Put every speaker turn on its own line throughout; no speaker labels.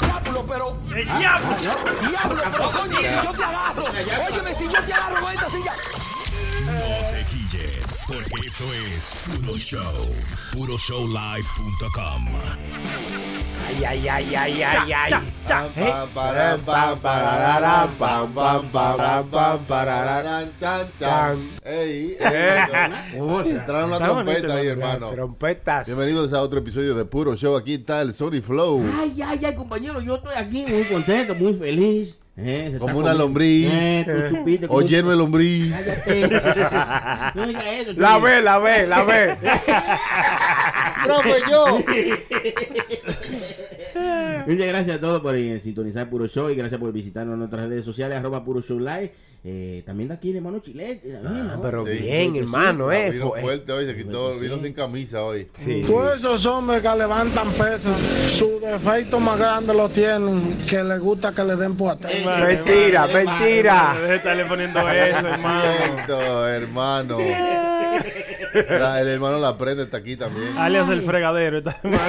Diablo, pero.
¡El diablo!
Diablo, pero coño, si yo te agarro. Óyeme, si yo te agarro con esta silla.
No te quilles, porque esto es Puro Show. PuroShowLive.com.
Ay, ay, ay, ay, ay, ay. ¿Eh?
Pam, pararán, pam, parararán, pam, pam, pararán, pam, parararán, tan, tan. Ey,
¿Eh?
ey,
Uh,
¿cómo se entraron la
Está bonito,
trompeta ahí,
¿no?
hermano?
Trompetas.
Bienvenidos a otro episodio de Puro Show. Aquí está el Sony Flow.
Ah,
Ay, ay, ay, compañero, yo estoy aquí muy contento, muy feliz. Eh, se
Como
está comiendo,
una lombriz.
eh, con chupito,
O
con-
lleno de lombriz.
Cállate. No digas eso.
La
chico.
ve, la ve, la ve.
¡Profe, yo!
Muchas gracias a todos por eh, sintonizar Puro Show y gracias por visitarnos en nuestras redes sociales, arroba Puro Show Live. Eh, también aquí el hermano Chile.
Pero
Sí,
bien, hermano, eh.
Vino
fue-
fuerte hoy, se quitó, vino sin camisa hoy.
Sí.
Todos esos hombres que levantan pesas, su defecto más grande lo tienen, que les gusta que le den por atrás.
Mentira, mentira.
Deje de estarle poniendo eso, hermano.
Perfecto, hermano. La- el hermano la prende está aquí también.
Alias el fregadero. Está hermano.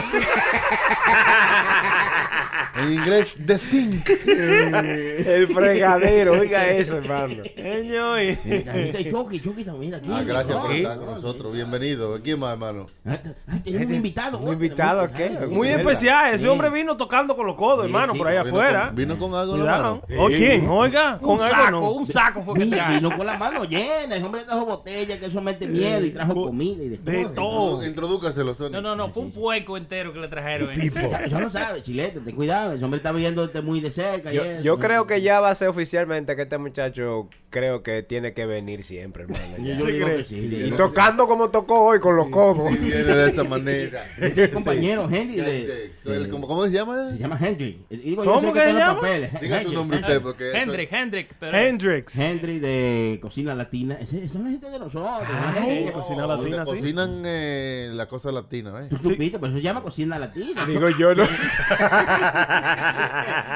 En inglés, The Zinc.
El fregadero, oiga eso, hermano.
Señor, y-
Choki, Choki también aquí.
Ah, gracias por
Ah,
estar con
no,
nosotros. Bienvenido. ¿Quién más, hermano?
Ah, t- ah, tenemos un invitado.
un
oh,
invitado
tenemos un
aquí.
invitado.
Muy
Mierda.
especial. Ese hombre vino tocando con los codos, hermano,
sí,
por ahí
Vino
afuera.
con- Vino con algo en la
Cuidado.
mano.
¿O quién? Oiga, con
Un
algo
saco,
no.
un saco fue que
Mira,
traje.
vino con la mano llena. El hombre trajo botellas, que eso mete miedo y trajo comida y de
Eh, De
todo.
todo.
Oh, Introdúcaselo, Sony.
No, no, no, fue un pueco entero que le trajeron. ¿eh?
Tipo.
Yo no sabe, chilete, ten cuidado. El hombre está viéndote muy de cerca. y
Yo,
eso.
yo creo que ya va a ser oficialmente que este muchacho creo que tiene que venir siempre, hermano.
Yo,
ya.
yo
¿Usted
digo
cree?
que sí.
Y
Yo-
tocando como tocó hoy con los codos.
Viene de esa manera.
ese es compañero Henry de,
El- ¿Cómo, cómo se llama?
se llama Henry. Eh, digo, yo
¿Cómo
sé
que
está en
se
los
llama?
papeles.
Diga su
Henry.
nombre usted, pues. porque. eso-
Hendrick, Hendrick. pero-
Hendrix.
Henry de Cocina Latina. Ese, esa es la gente de nosotros.
Ay,
Ella-
Cocina
donde
Latina, sí.
Cocinan eh, la cosa latina, ¿eh?
Tú supiste, pero eso se llama Cocina Latina.
Digo yo, no.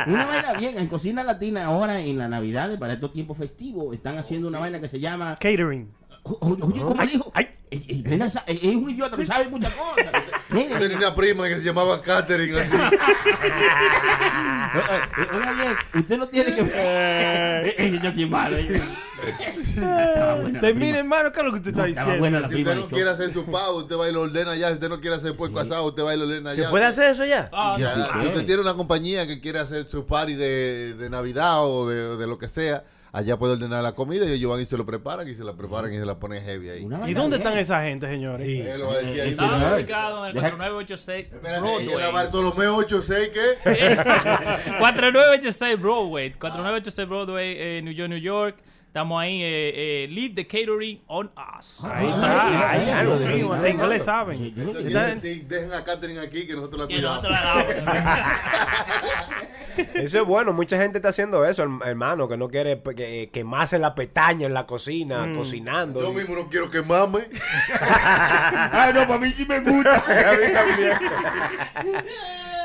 Una vaina bien, en Cocina Latina ahora en la Navidad, para estos tiempos festivos, están haciendo una vaina que se llama
Catering.
O- Oye, oye, ¿cómo dijo?
ay.
Eh, eh, Brenda sa- eh, es un idiota, no sabe muchas cosas. Mire,
Yo
eh,
tenía una prima que se llamaba Catherine. Así.
eh, oiga bien, usted no tiene que ver. Eh, eh, yo qué malo. eh. Estaba buena la
Te
prima.
mire, hermano, ¿qué es lo que usted está
Estaba
diciendo?
buena la
Si
prima de
usted no
Choco.
quiere hacer su pavo, usted va y lo ordena allá. Si usted no quiere hacer puerco asado, usted va y lo ordena allá.
eso ya?
Ah,
Ya,
Sí, sí,
si
sí.
usted tiene una compañía que quiere hacer su party de, de Navidad o de, de lo que sea, allá puede ordenar la comida y ellos van y se lo preparan y se la preparan y se la ponen heavy ahí.
Una
¿Y
vaina
dónde
bien.
¿eh?
están esa gente, señores?
Él lo decía ahí.
Estaba ubicado en el
Deja-
4986
Espérate, ella era
Broadway.
Bartolomeo 86, ¿qué?
4986 Broadway. 4986 Broadway, eh, New York, New York. Estamos ahí. Eh, eh, leave the catering on us.
Ahí
Ah,
está. Ahí
ya,
está.
lo
Dios
de-
mío, Hasta inglés saben.
Yo-
Eso
yo-
quiere decir, dejen a Catherine aquí que nosotros la
Que
cuidamos.
nosotros la damos.
Eso es bueno, mucha gente está haciendo eso, herm- hermano, que no quiere pe- que, eh, quemarse la pestaña en la cocina,
Mm.
cocinando.
Yo mismo no quiero que mame.
Ay, no, para mí sí me gusta.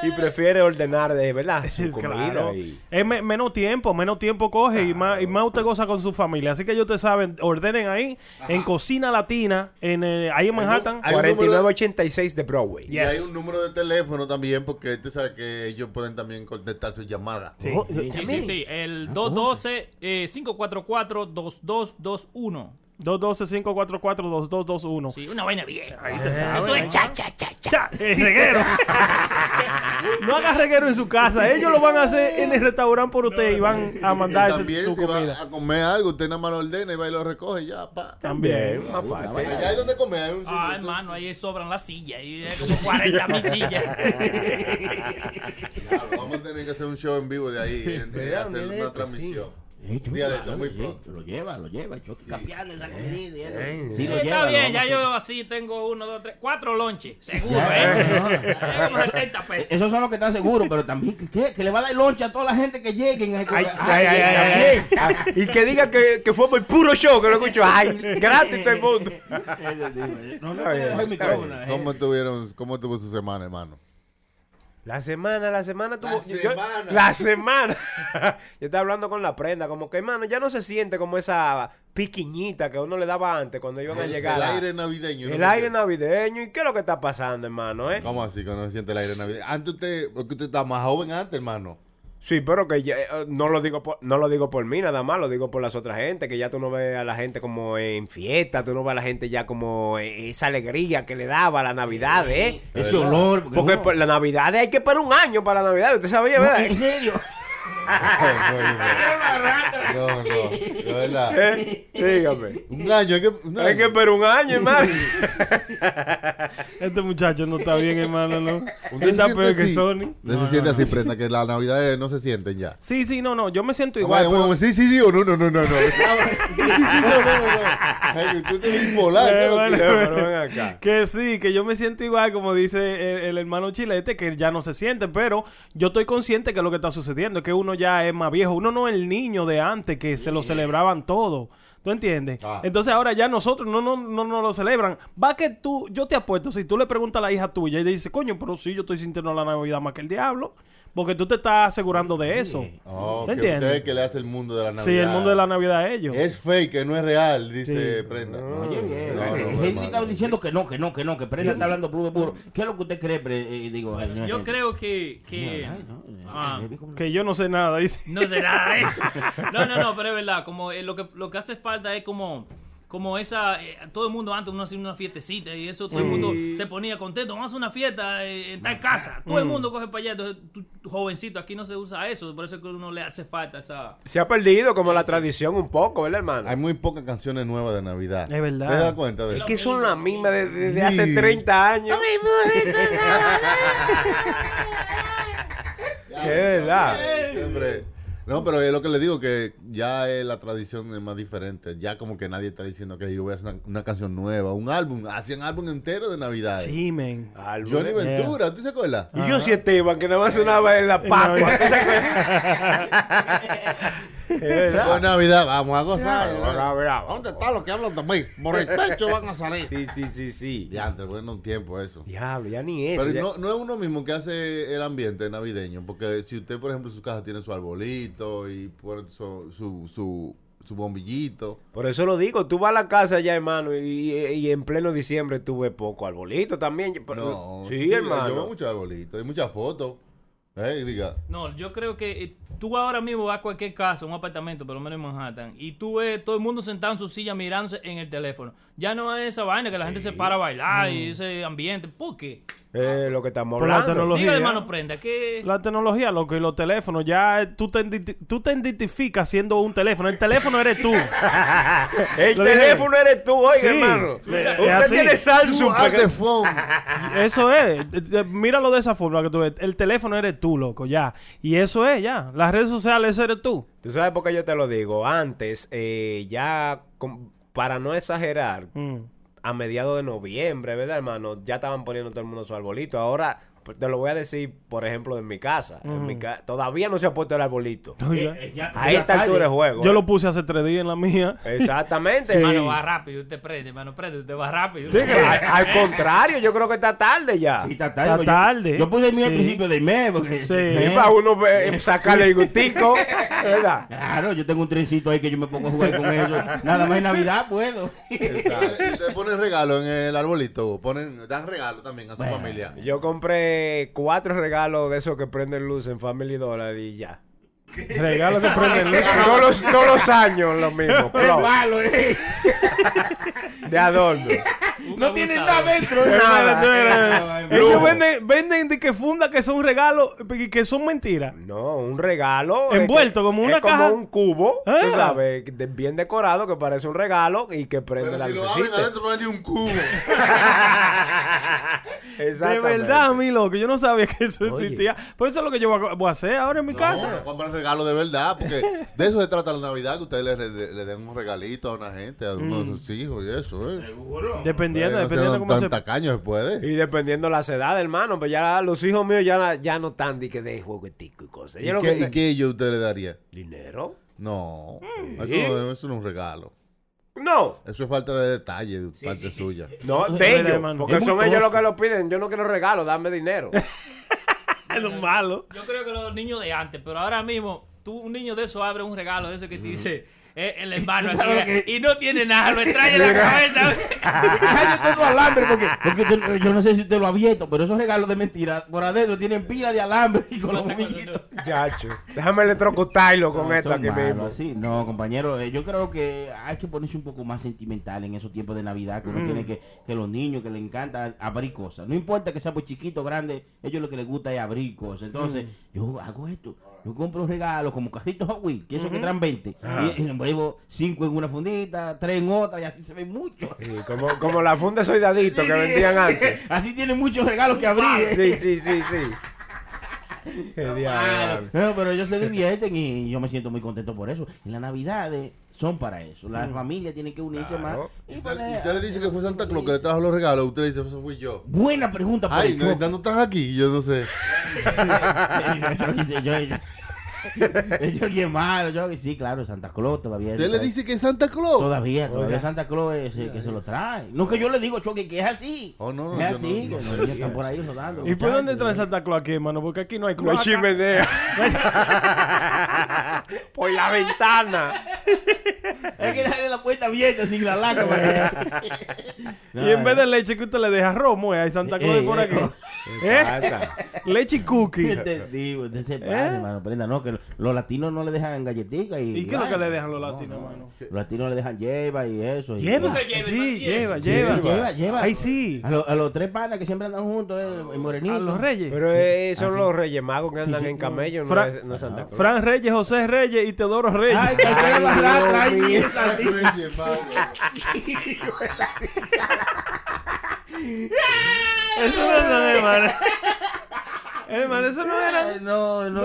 Y prefiere ordenar de verdad su comida
Claro.
y
Es me- menos tiempo, menos tiempo coge y, más, y más usted goza con su familia. Así que ellos te saben, ordenen ahí en Cocina Latina, en eh, ahí en Manhattan.
Hay un número-
4986 de Broadway.
Y hay un número de teléfono también, porque tú sabes que ellos pueden también contestar sus llamadas.
Oh,
Sí, sí,
también.
sí.
Ah,
El eh, 212-544-2221.
212-544-2221.
Sí, una vaina bien.
saben,
Eso es cha, cha, cha, cha.
Cha, eh, reguero. no haga reguero en su casa. Ellos lo van a hacer en el restaurante por usted y van a
Y
mandar
también
su
si va
comida.
a comer algo, usted nada más lo ordena y va y lo recoge y ya, pa.
También, más fácil.
Allá hay donde comer, hay un sitio.
Ah, hermano, ahí sobran las sillas. Ahí hay como 40 mil sillas.
Claro, vamos a tener que hacer un show en vivo de ahí, en- de hacer una transmisión.
Eh, Choco,
Día de esto, muy
sí,
pronto.
Lo lleva, lo lleva. Choco, cambiando esa comida y eso.
Eh,
Sí, lo
Sí,
lleva,
está
lo
bien, ya
vamos a-
yo así tengo uno, dos, tres, cuatro lonches, seguro,
Ya,
¿eh? Hay como 70 pesos.
Esos son los que están seguros, pero también que, que- que le va a dar loncha a toda la gente que lleguen. Ay,
Ay, ay, ay, ay, ay. Ah, Y que diga que, que fue por puro show, que lo escucho. Ay, gratis todo el mundo.
No, no,
Está bien,
no, el
está bien.
micrófono, eh.
¿Cómo, tuvieron, ¿Cómo tuvo su semana, hermano?
La semana, la semana tuvo.
La
yo- yo-
semana.
la semana. yo estaba hablando con la prenda, como que, hermano, ya no se siente como esa piquiñita que uno le daba antes cuando iban a
El-
llegar.
El
a-
aire navideño.
el
¿no?
aire navideño. ¿Y qué es lo que está pasando, hermano? Eh?
¿Cómo así cuando se siente el aire navideño? Antes usted, porque usted está más joven antes, hermano.
Sí, pero que ya, eh, no lo digo por, no lo digo por mí nada más, lo digo por las otras gente, que ya tú no ves a la gente como en fiesta, tú no ves a la gente ya como eh, esa alegría que le daba la Navidad, ¿eh?
Ese olor.
Porque
uno-
por la Navidad hay que esperar un año para la Navidad, usted sabía,
No,
¿verdad?
en serio.
no, no, de verdad.
¿Eh? Dígame.
Un año, hay que, un
Hay que
año.
esperar un año, hermano.
Este muchacho no está bien, hermano, ¿no?
Usted se
Está
siente
peor que
así.
Sony.
Usted se siente así, prenda, que las navidades no se sienten ya.
Sí, sí, no, no. Yo me siento
Vamos,
igual. pero-
vamos, sí, sí, sí, o no, no, no, no, no. Sí, sí, sí, no, no, no, no. Ay, usted tiene que volar,
Eh,
¿qué es lo que-
bueno,
pero ven acá.
que sí, que yo me siento igual, como dice el, el hermano Chilete, que ya no se siente, pero yo estoy consciente que lo que está sucediendo es que uno ya es más viejo, uno no es el niño de antes que se lo celebraban todo. ¿Tú entiendes?
Ah.
Entonces ahora ya nosotros no no no, no lo celebran. Va que tú, yo te apuesto, si tú le preguntas a la hija tuya y le dice, coño, pero sí, yo estoy sintiendo la Navidad más que el diablo, porque tú te estás asegurando de eso.
Oh,
¿Te
que
entiendes?
usted es que le hace el mundo de la Navidad.
Sí, el mundo de la Navidad Mm. a ellos.
Es fake, que no es real, dice Prenda.
Oye, bien.
No, no,
Henry
hermano.
estaba diciendo que no, que no, que no, que Prenda está hablando puro, puro. ¿Qué es lo que usted cree, Pre- eh, digo, eh,
Yo
eh,
creo que. que
Ay, no, eh,
Ah.
eh, ¿cómo no?
Que yo no sé nada, dice.
No sé nada de eso. No, no, no, pero es verdad. Como eh, lo que lo que hace falta es como como esa eh, todo el mundo antes uno hacía una fiestecita y eso todo el mundo se ponía contento vamos a hacer una fiesta eh, en tal casa todo el mundo coge para allá entonces tú, tú, jovencito aquí no se usa eso por eso es que a uno le hace falta esa
Se ha perdido como la tradición un poco, ¿verdad, hermano?
Hay muy pocas canciones nuevas de Navidad.
Es verdad.
¿Te das cuenta de
Es
eso?
que son las mismas de- desde
Sí.
hace 30 años. Es verdad.
Siempre. No, pero es lo que le digo, que ya es la tradición es más diferente. Ya como que nadie está diciendo que yo voy a hacer una, una canción nueva, un álbum. Hacían álbum entero de Navidad.
Sí, Ah, men.
Johnny Ventura, ¿tú se acuerdas?
Y yo sí Esteban, que nada más sonaba en la Pascua.
Navidad.
¿Te acuerdas? es
Con
verdad.
Navidad, vamos a gozar.
Claro, bravo, bravo.
¿Dónde está lo que hablan también? Por el pecho van a salir.
Sí, sí, sí, sí.
Diantre, bueno, un tiempo eso.
Diablo, ya ni eso.
Pero
ya-
no, no es uno mismo que hace el ambiente navideño, porque si usted, por ejemplo, en su casa tiene su arbolito y pone su, su, su, su bombillito.
Por eso lo digo, tú vas a la casa ya, hermano, y, y en pleno diciembre tuve poco arbolito también. Yo-
No,
sí,
yo- Yo veo
hermano.
muchos arbolitos, hay muchas fotos. Eh, y diga,
No, yo creo que eh, tú ahora mismo vas a cualquier casa, un apartamento, por lo menos en Manhattan, y tú ves todo el mundo sentado en su silla mirándose en el teléfono. Ya no es esa vaina que la gente se para a bailar y ese ambiente. ¿Por qué?
Eh, lo que estamos
Por la
hablando.
tecnología. Los
Dígale,
días.
hermano Prenda, que...
La tecnología, lo que los teléfonos, ya eh, tú te, identi- tú te identificas siendo un teléfono. El teléfono eres tú.
El
Lo dije.
teléfono eres tú, oiga,
Sí.
hermano.
Le- es
Usted
así.
tiene
"You
Samsung.
are
porque-
the phone".
Eso es. Eh, eh, Míralo de esa forma que tú ves. El teléfono eres tú, loco, ya. Y eso es, ya. Las redes sociales, eso eres tú.
Tú sabes por qué yo te lo digo. Antes, eh, ya com- para no exagerar,
Mm.
a mediados de noviembre, ¿verdad, hermano? Ya estaban poniendo todo el mundo su arbolito. Ahora, pues, te lo voy a decir, por ejemplo, de mi casa. En mi ca- todavía no se ha puesto el arbolito.
Oiga.
Eh, eh, ya-
Ahí
ya
está el tour de
calle.
juego.
Yo
¿eh?
lo puse hace tres días en la mía.
Exactamente,
Hermano,
hermano.
va rápido, usted prende, hermano Prenda, usted va rápido.
Al, al contrario, yo creo que está tarde ya.
Sí,
Sí,
está tarde.
Está
porque
tarde.
Yo, yo puse el mío al
Sí.
principio del mes. Porque,
Sí.
Eh,
para uno eh, sacarle el gustico, ¿verdad?
Claro, yo tengo un trencito ahí que yo me pongo a jugar con eso. Nada más en Navidad puedo.
Exacto. Y Ustedes ponen regalo en el arbolito, ponen, dan regalo también a su familia.
Yo compré cuatro regalos de esos que prenden luz en Family Dollar y ya.
Regalo que prende el
Todos los, todos los años lo mismo,
Es
plop,
malo, eh.
de adorno.
No tiene nada dentro.
Nada.
Ellos venden, venden de que funda que son regalos, y que son mentiras.
No, un regalo.
Envuelto,
es
como
es
una caja.
Como un cubo, tú
Ah.
sabes, de- bien decorado que parece un regalo y que prende
Pero
la
si lo abren
lucecita.
adentro no hay ni un cubo.
De
Exactamente.
verdad, mi loco. Yo no sabía que eso
Oye.
existía. Por eso es lo que yo voy a- voy a hacer ahora en mi casa.
No, compran regalo de verdad, porque de eso se trata la Navidad, que ustedes le, le- le den un regalito a una gente, a uno
Mm.
de sus hijos y eso, ¿eh?
Dependiendo,
Eh, no
dependiendo
sean
cómo
tan
se...
tacaños se puede.
Y dependiendo las edades, hermano, pues ya los hijos míos ya, ya no están de que de juguetico y cosas.
¿Y,
Yo lo
qué,
que-
y qué yo usted le daría?
¿Dinero?
No, eso, no eso no es un regalo.
No.
Eso es falta de detalle de parte suya.
No,
Mira,
de ellos,
hermano.
porque
Es muy
son ellos los
tosco.
que lo piden. Yo no quiero regalo, dame dinero.
Lo malo.
Yo creo que los niños de antes, pero ahora mismo, tú, un niño de eso abre un regalo de eso que te dice eh, el hermano aquí, eh, y no tiene nada, lo extrae en la cabeza.
Cállate tu alambre, porque, porque tú- yo no sé si usted lo ha abierto, pero esos regalos de mentira por adentro tienen pila de alambre y con los muñequitos.
Chacho, déjame electrocutarlo con
No,
esto
son
aquí
malos,
mismo.
así. No, compañero, eh, yo creo que hay que ponerse un poco más sentimental en esos tiempos de Navidad,
Mm.
que uno tiene que, que los niños que les encanta abrir cosas. No importa que sea por chiquito o grande, ellos lo que les gusta es abrir cosas. Entonces,
Mm.
yo hago esto, yo compro regalos como carritos Hot Wheels, que esos que traen 20. Y, y le envuelvo 5 en una fundita, 3 en otra, y así se ven muchos.
Sí, como, como la funda de soldadito que vendían antes.
Así tienen muchos regalos que abrir. eh.
Sí, sí, sí, sí. Qué diablo.
No, pero ellos se divierten y yo me siento muy contento por eso. Y las navidades son para eso. Las familias tienen que unirse
Claro.
más.
Mm. Y
Y
usted,
poner-
y usted le dice que fue Santa Claus que le trajo los regalos. Usted le dice, eso fui yo.
Buena pregunta,
Ay,
Polo
no,
Choco.
no están aquí. Yo no sé.
yo quise- yo- yo- yo qué malo, yo sí, claro, Santa Claus todavía.
Usted le dice que es Santa Claus.
Todavía, todavía Santa Claus es el que se lo trae. No que yo le digo, Choque, que es así.
Oh, no,
es
no, yo no-
así,
no
que
sé.
los niños están por ahí rodando.
¿Y por
muchachos,
dónde trae
¿no?
Santa Claus aquí, hermano? Porque aquí no hay
No hay
cloaca.
chimenea. Por la ventana.
Hay que dejarle la puerta abierta sin la laca. para que-
Y en vez de leche que usted le deja romo, eh, hay Santa Claus
Eh,
por
eh,
aquí.
no.
¿Eh?
Pasa.
Leche y
Yo
cookie.
entendí, güey, de
¿Eh?
ese padre, hermano, prenda, no, que lo- los latinos no le dejan galletitas. ¿Y,
¿Y qué es lo que
vaina.
le dejan los
No,
latinos,
no,
hermano?
Los latinos le dejan lleva y eso. y-
Lleva.
Nunca lleva,
Sí,
imagínese.
lleva,
Sí,
lleva.
lleva, lleva.
Ay, sí.
A, lo- a los tres panas que siempre andan juntos, eh, el, el morenito.
A los reyes.
Pero eh, son los reyes magos que andan en camello, no
Fra-
es, no es Santa Cruz.
Fran Reyes, José Reyes y Teodoro Reyes.
Ay, que tú eres más lata, ay,
Dios mío.
mierda, tío.
Oye, madre.
Eso no es, hermano. Hermano, eso no era.
Ay, No, no.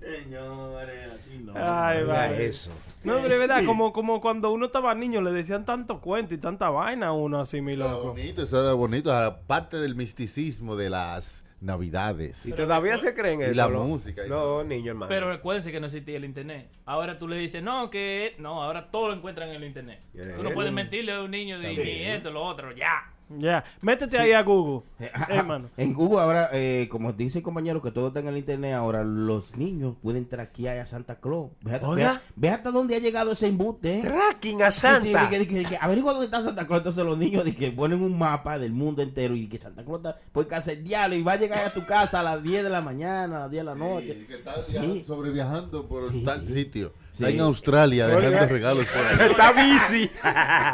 Señores, así no.
Ay,
Mira
vale.
eso.
No, pero es verdad, como, como cuando uno estaba niño le decían tanto cuento y tanta vaina a uno así, mi
Era
loco.
bonito, eso era bonito. Era parte del misticismo de las navidades.
Y todavía se creen
Y
eso.
la
lo-
música y
No, niño hermano.
Pero recuérdense que no existía el internet. Ahora tú le dices, no, que. No, ahora todo lo encuentran en el internet. Tú no
Eh.
puedes mentirle a un niño de ni esto, lo otro, ya.
Ya, métete ahí a Google, Eh, hermano.
En Cuba ahora, eh, como dice el compañero que todo está en el internet ahora, los niños pueden traquear a Santa Claus. Ve, hasta-
Oiga.
ve- ve hasta dónde ha llegado ese embuste. ¿eh?
Tracking a
Sí, sí,
Santa.
de que- de que- de que averigua dónde está Santa Claus. Entonces los niños de que ponen un mapa del mundo entero y que Santa Claus está por casa el diablo y va a llegar a tu casa a las 10 de la mañana, a las 10 de la noche.
Sí, que estaba
Sí.
via- sobreviajando por
Sí.
tal sitio.
Sí.
Está en Australia dejando
Oiga.
regalos por ahí.
Está bici.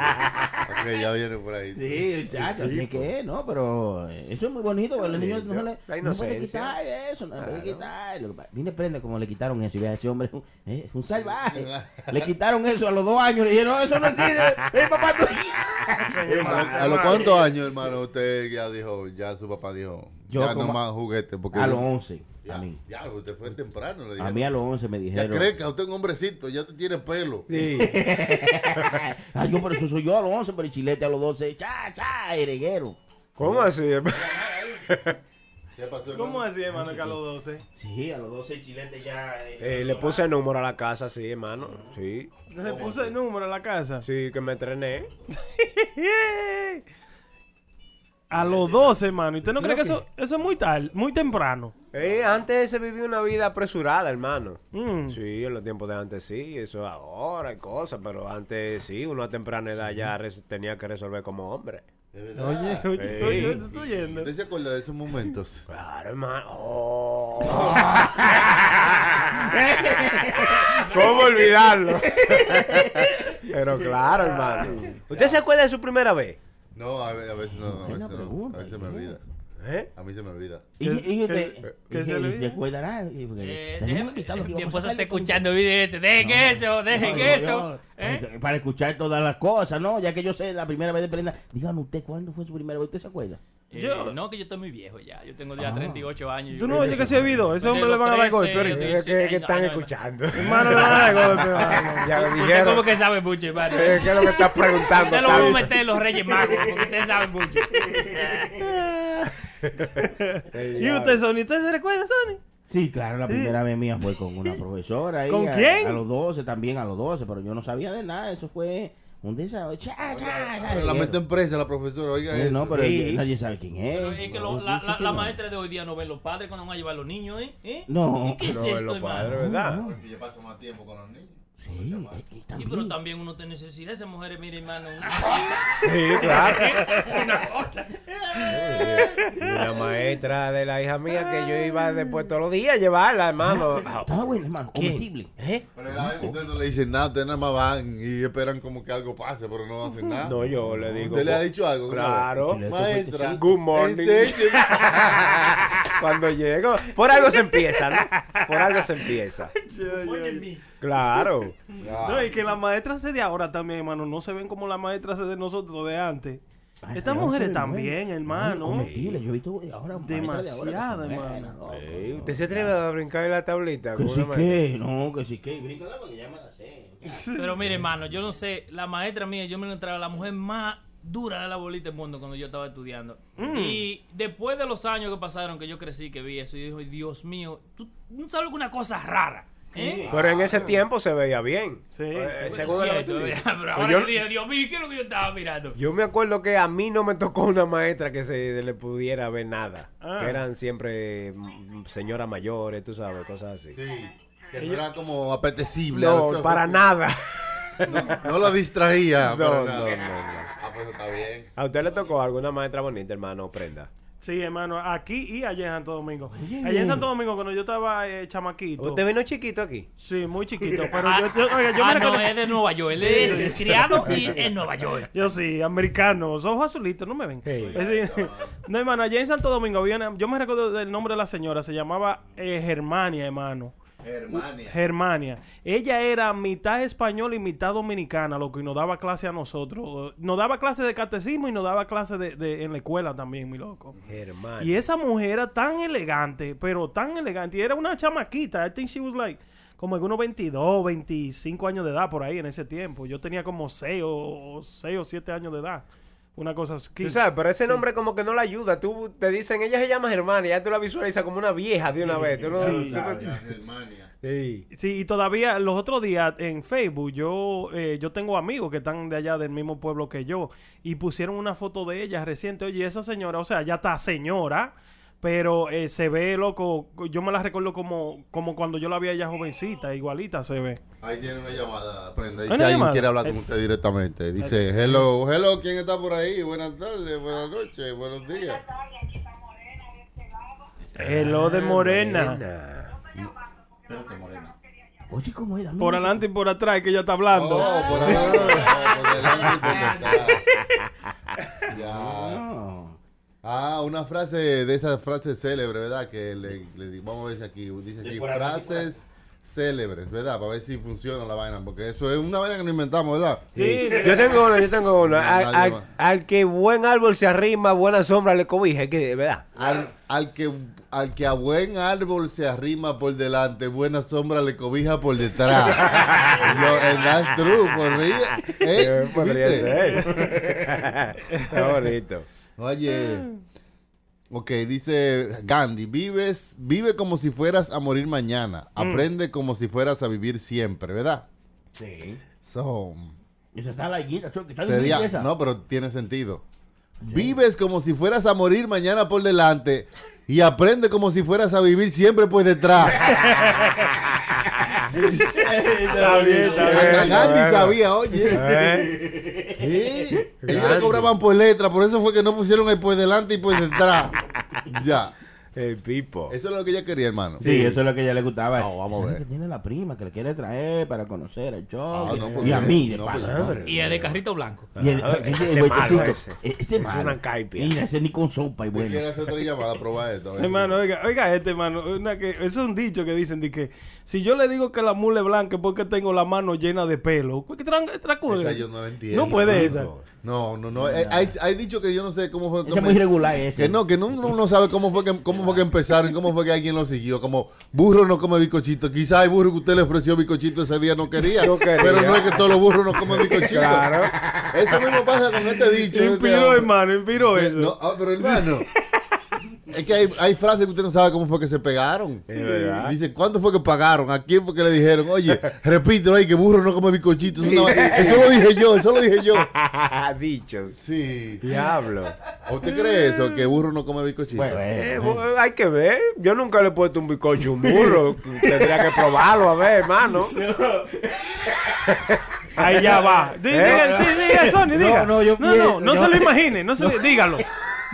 Ok, ya viene por ahí.
Sí, muchachos, así que, no, pero eh, eso es muy bonito, porque los niños no se
La
le no puede
inocencia.
quitar eso, no le puede quitar. Lo que pasa- Mire, prende como le quitaron eso, y vea, ese hombre es un, eh, es un salvaje. le quitaron eso a los dos años, le dijeron, no, eso no existe, ¡Ey, papá, tú-".
¿A lo- ¿A los cuántos años, hermano, usted ya dijo, ya su papá dijo,
Yo
ya
como-
no más juguetes? Porque
A los 11,
Ya,
a mí.
ya, usted fue temprano, le
A
dijeron.
mí a los 11 me
ya
dijeron.
crezca, usted es un hombrecito, ya te tiene pelo.
Sí.
Ay, yo, pero eso soy yo a los 11, pero el chilete a los 12, cha, cha, hereguero.
¿Cómo así?
¿Qué pasó, hermano?
¿Cómo así, hermano, que a los 12?
Sí, a los 12 el chilete ya. eh,
Eh, le puse el número a la casa, sí, hermano. Sí.
Le puse el número a la casa.
Sí, que me entrené.
A los 12, hermano. ¿Y usted no cree que eso, eso es muy tarde, muy temprano?
Eh, antes se vivía una vida apresurada, hermano.
Mm.
Sí, en los tiempos de antes sí, eso ahora hay cosas, pero antes sí, uno a temprana edad ya res- tenía que resolver como hombre.
De
Oye,
verdad.
oye, estoy, yo te estoy yendo.
¿Usted se acuerda de esos momentos?
Claro, hermano. Oh. ¿Cómo olvidarlo? pero claro, hermano. ¿Usted se acuerda de su primera vez?
No, a, ve- a veces no, a veces,
Buena
no,
pregunta,
a veces me
¿no?
olvida.
¿Eh?
A mí se me olvida.
ah. Y,
¿Qué-
y usted,
qué-
y-
qué se
y-
le
y
dice?
eh, se acordará, y- porque
Eh,
tenemos
dejen-
invitados que
mi
vamos a
esposa está
sacarle con-
escuchando videos de eso. Dejen eso, dejen
No,
eso.
no,
¿eh?
eh, Para escuchar todas las cosas, ¿no? Ya que yo sé la primera vez de prenda. Díganos usted, ¿cuándo fue su primera vez? ¿Usted se acuerda?
Eh,
Yo-
no, que yo estoy muy viejo ya. Yo tengo ya
Ah.
38 años.
Tú
yo-
no oyes que se olvidó. Ese hombre le van a dar golpe
Yo
ahorita.
¿Qué, qué-
estoy-
qué
ay, no,
están
ay, no,
escuchando?
Hermano, le van a dar golpe, hermano.
ya lo
Usted
dijeron.
como que sabe mucho, hermano.
Eh, ¿Qué es lo que estás preguntando?
Usted lo vamos a
Tavi?
meter en los Reyes Magos, porque usted sabe mucho.
¿Y usted, Sony? ¿Usted se recuerda, Sony?
Sí, claro, la primera vez mía fue con una profesora. ahí,
¿Con
a-
quién?
A los 12, también a los 12, pero yo no sabía de nada. Eso fue Un deseo. Cha, cha, cha.
La meten presa la profesora, oiga
Eh,
eso.
No, pero
Sí.
nadie sabe quién es.
Pero es que lo-
No,
la,
sí
la-
que
la
no.
maestra de hoy día no ven los padres cuando van a llevar a los niños, ¿eh? ¿Eh?
No.
¿Y qué es
No, es
esto,
lo padre,
hermano?
¿verdad?
Porque ya pasa más tiempo con los niños.
Sí, eh, eh,
Y
también.
pero también uno tiene necesidad, esas mujeres, mire, hermano, una
Sí, claro.
cosa, una cosa.
Y la maestra de la hija mía que yo iba después todos los días a llevarla, hermano.
Estaba bueno, hermano.
¿Quién?
Comestible.
¿Eh?
Pero la- ustedes no le dicen nada, ustedes nada más van y esperan como que algo pase, pero no hacen nada.
No, yo le digo.
¿Usted le ha dicho algo?
Claro.
No. Maestra.
Good morning.
enséñeme.
Cuando llego, por algo se empieza, ¿no? Por algo se empieza. Claro.
No, y que las maestras de ahora también, hermano, no se ven como las maestras de nosotros de antes.
Ay,
Estas
ahora
mujeres
se ven
también,
buenas.
hermano.
Ay, comestible. Yo he visto eh, ahora maestras de ahora que
Demasiada,
son buenas,
hermano.
loco.
Ey, ¿Usted se atreve a brincar en la tablita?
Que
con
sí
una maestra?
que, no, que sí que. Bríncala porque ya me la sé.
Pero mire, hermano, yo no sé, la maestra mía, yo me la entraba la mujer más dura de la bolita del mundo cuando yo estaba estudiando. Y después de los años que pasaron, que yo crecí, que vi eso, y dije, Dios mío, tú no sabes alguna cosa rara. ¿Eh?
Pero en ese tiempo se veía bien.
Sí,
Eh,
sí.
según lo que tú
Cierto,
dices.
pero
Pues
ahora
yo-
yo dije, Dios mío, ¿qué es lo que yo estaba mirando?
Yo me acuerdo que a mí no me tocó una maestra que se le pudiera ver nada.
Ah.
Que eran siempre mm, señoras mayores, tú sabes, cosas así.
Sí. Que no era como apetecible. a los
No,
ojos.
para nada.
No, no lo distraía.
No,
para
no,
nada.
no, no.
Ah, pues está bien.
¿A usted le tocó alguna maestra bonita, hermano? Prenda.
Sí, hermano, aquí y allá en Santo Domingo.
Oye,
allá en
bien.
Santo Domingo, cuando yo estaba eh, chamaquito.
¿Usted vino chiquito aquí?
Sí, muy chiquito. Pero
Ah,
yo, yo, oiga, yo
ah,
me
no,
recuerdo-
es de Nueva York, él es criado y en Nueva York.
Yo sí, americanos, ojos azulitos, no me ven. Es decir, no, hermano, allá en Santo Domingo había una- yo me recuerdo del nombre de la señora, se llamaba eh, Germania, hermano.
Germania.
Germania. Ella era mitad española y mitad dominicana, lo que nos daba clase a nosotros. Nos daba clase de catecismo y nos daba clase de, de- en la escuela también, mi loco.
Hermano.
Y esa mujer era tan elegante, pero tan elegante. Y era una chamaquita. I think she was like como algunos 22, 25 años de edad por ahí en ese tiempo. Yo tenía como 6 o 6 o 7 años de edad. Una cosa así.
Tú sabes, pero ese nombre como que no la ayuda. Tú te dicen, ella se llama Germania, ya tú la visualizas como una vieja de una vez. Tú no-
Sí.
tú-
Germania.
Sí.
Sí, y todavía los otros días en Facebook yo eh, yo tengo amigos que están de allá del mismo pueblo que yo y pusieron una foto de ella reciente. Oye, esa señora, o sea, ya está señora, pero eh, se ve loco. Yo me la recuerdo como como cuando yo la vi a ella jovencita, igualita se ve.
Ahí tiene una llamada, prenda.
Hay
Y
una
si alguien
llamada.
quiere hablar con usted directamente, dice: Hello, hello, ¿quién está por ahí? Buenas tardes, buenas noches, buenos días.
Hello Eh, de Morena.
Nah.
Oye, ¿cómo es? Dame
Por
un-
adelante y por atrás que ella está hablando.
Oh, por ahí, oh, por delante y por detrás. Ya.
No.
Ah, una frase de esas frases célebres, ¿verdad? Que le, le di- vamos a ver si aquí dice aquí frases célebres, ¿verdad? Para ver si funciona la vaina, porque eso es una vaina que nos inventamos, ¿verdad?
Sí. Yo tengo uno, yo tengo uno. Al, al- al que buen árbol se arrima, buena sombra le cobija, es que, ¿verdad?
Al, al que al que a buen árbol se arrima por delante, buena sombra le cobija por detrás. Yo, and that's true, podría, ¿eh?
Eh, Podría
¿Viste?
ser. Está bonito.
Oye. Ok, dice Gandhi, vives, vive como si fueras a morir mañana,
Mm.
aprende como si fueras a vivir siempre, ¿verdad?
Sí.
So,
Esa está la guita, choque. Está
sería,
difícil esa.
no, pero tiene sentido. Vives como si fueras a morir mañana por delante y aprende como si fueras a vivir siempre por detrás.
Está bien, está
Hasta
bien.
Gandhi
Bueno.
sabía, oye.
Eh,
¿Eh? Ellos le
Gandhi.
cobraban por letra, por eso fue que no pusieron el por delante y por detrás. Ya,
El pipo.
eso es lo que yo quería, hermano.
Sí, eso es lo que a ella le gustaba.
No,
Esa
vamos a
es la
ver.
que tiene la prima que le quiere traer para conocer al show.
Ah, no,
y
porque-
a mí, de
no,
paso.
porque-
Y es de carrito blanco.
Y el-
Ah,
el- el-
ese
el-
malo,
el-
ese.
ese
Ese es
malo.
una caipia.
Mira, ese ni con sopa y
Bueno.
bueno.
hacer otra llamada? Prueba esto. a ver si-
Hermano, oiga, oiga este, hermano, una que, eso es un dicho que dicen, de que si yo le digo que la mula es blanca es porque tengo la mano llena de pelo. ¿Qué tran- tracula?
Esa yo no la entiendo.
No puede esa.
No, no, no. eh, Hay, hay dicho que yo no sé cómo fue.
Ese
cómo-
es muy regular ese.
Que no, que no, uno no sabe cómo fue que, cómo fue que empezaron, cómo fue que alguien lo siguió. Como burro no come bicochito. Quizás hay burro que usted le ofreció bicochito ese día no quería.
No quería.
Pero no es que todos los burros no comen bicochito.
Claro.
Eso mismo pasa con este dicho. este
Inspiró,
hombre.
hermano, inspiró
Eh,
eso.
No, ah, pero hermano. Es que hay, hay frases que usted no sabe cómo fue que se pegaron.
Es verdad.
Dice, ¿cuánto fue que pagaron? ¿A quién fue que le dijeron? Oye, repítelo ahí, que burro no come bizcochitos. Eso, no- eso lo dije yo, eso lo dije yo.
Dichos.
Sí.
Diablo.
¿O ¿Usted cree eso? Que burro no come bizcochitos.
Bueno, eh,
Eh, bueno, hay que ver. Yo nunca le he puesto un bizcocho a un burro. Tendría que probarlo, a ver, hermano.
Ahí ya va. Di- Diga, sí, diga, Sony, diga.
no, yo
no, no, no
pienso-
se lo
yo-
imagine, no se lo- dígalo.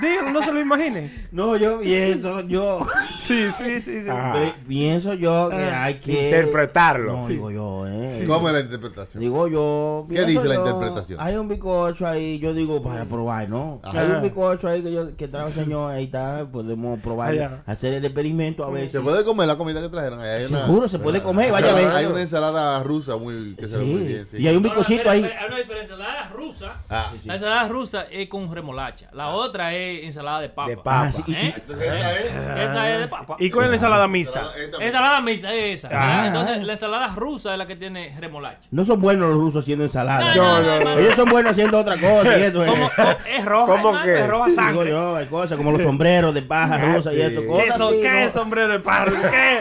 Dígalo, no se lo imagine.
No, yo pienso, yo
Sí, sí, sí, sí.
Ajá.
eh, pienso yo que hay que
Ah. Interpretarlo.
No, digo yo, eh.
¿Cómo es la interpretación?
Digo yo.
¿Qué
pienso
dice la
yo,
interpretación?
Hay un bizcocho ahí, yo digo para probar, ¿no?
Ajá.
Hay un bizcocho ahí que, yo, que trae el señor, ahí está, podemos probar,
Allá.
hacer el experimento a ver si.
¿Se puede comer la comida que trajeron? Ahí hay una- Ah,
Seguro, se puede comer, vaya a ver.
Hay una ensalada rusa muy, que se ve
Sí,
muy bien. sí.
Y hay un
No, no,
bizcochito
espera,
ahí.
espera, Hay una diferencia. La ensalada rusa,
Ah,
la ensalada rusa es con remolacha. La otra es ensalada de papa.
De papa.
Ah, sí, y-
¿Eh?
entonces esta es...
Esta es de papa.
Ah, ¿Y cuál es la ensalada mixta?
Esta-
Ensalada mixta es esa. ¿verdad?
Ah.
Entonces, la ensalada rusa es la que tiene remolacha.
No son buenos los rusos haciendo ensalada.
No, no, no, no.
Ellos son buenos haciendo otra cosa y eso. eh.
¿Cómo- cómo- Oh, es roja,
¿Cómo
hermano,
que?
es roja
Digo
sangre.
yo, hay cosas como los sombreros de paja rusa y eso.
sí.
cosas
¿Qué, so-
así,
qué
¿no?
sombrero de pájaro? ¿Qué,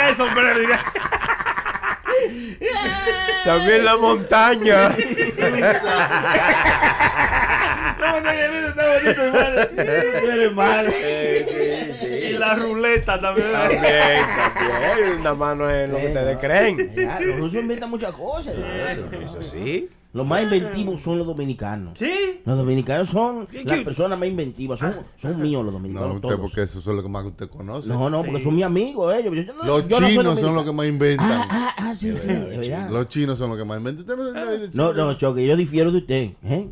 qué sombrero? Diga.
También la montaña.
No, no, ya ves, está bonito, hermano. Tú eres malo.
Y la ruleta también.
También, también. Una mano es lo que ustedes creen.
Ya, Los rusos inventan muchas cosas. hermano.
Eso sí.
Los más inventivos son los dominicanos.
¿Sí?
Los dominicanos son las
qué?
personas más inventivas. Son, son míos los
No,
dominicanos.
usted,
todos.
porque eso es lo que más usted conoce.
no, no, porque son mis amigos ellos. Yo- yo no-
Los
yo no soy
chinos son
dominicano.
los que más inventan.
Ah, ah, ah, sí, sí, de verdad.
Los chinos son los que más inventan. Usted no sabe de
No,
China.
no, Choque, yo difiero de usted. ¿eh?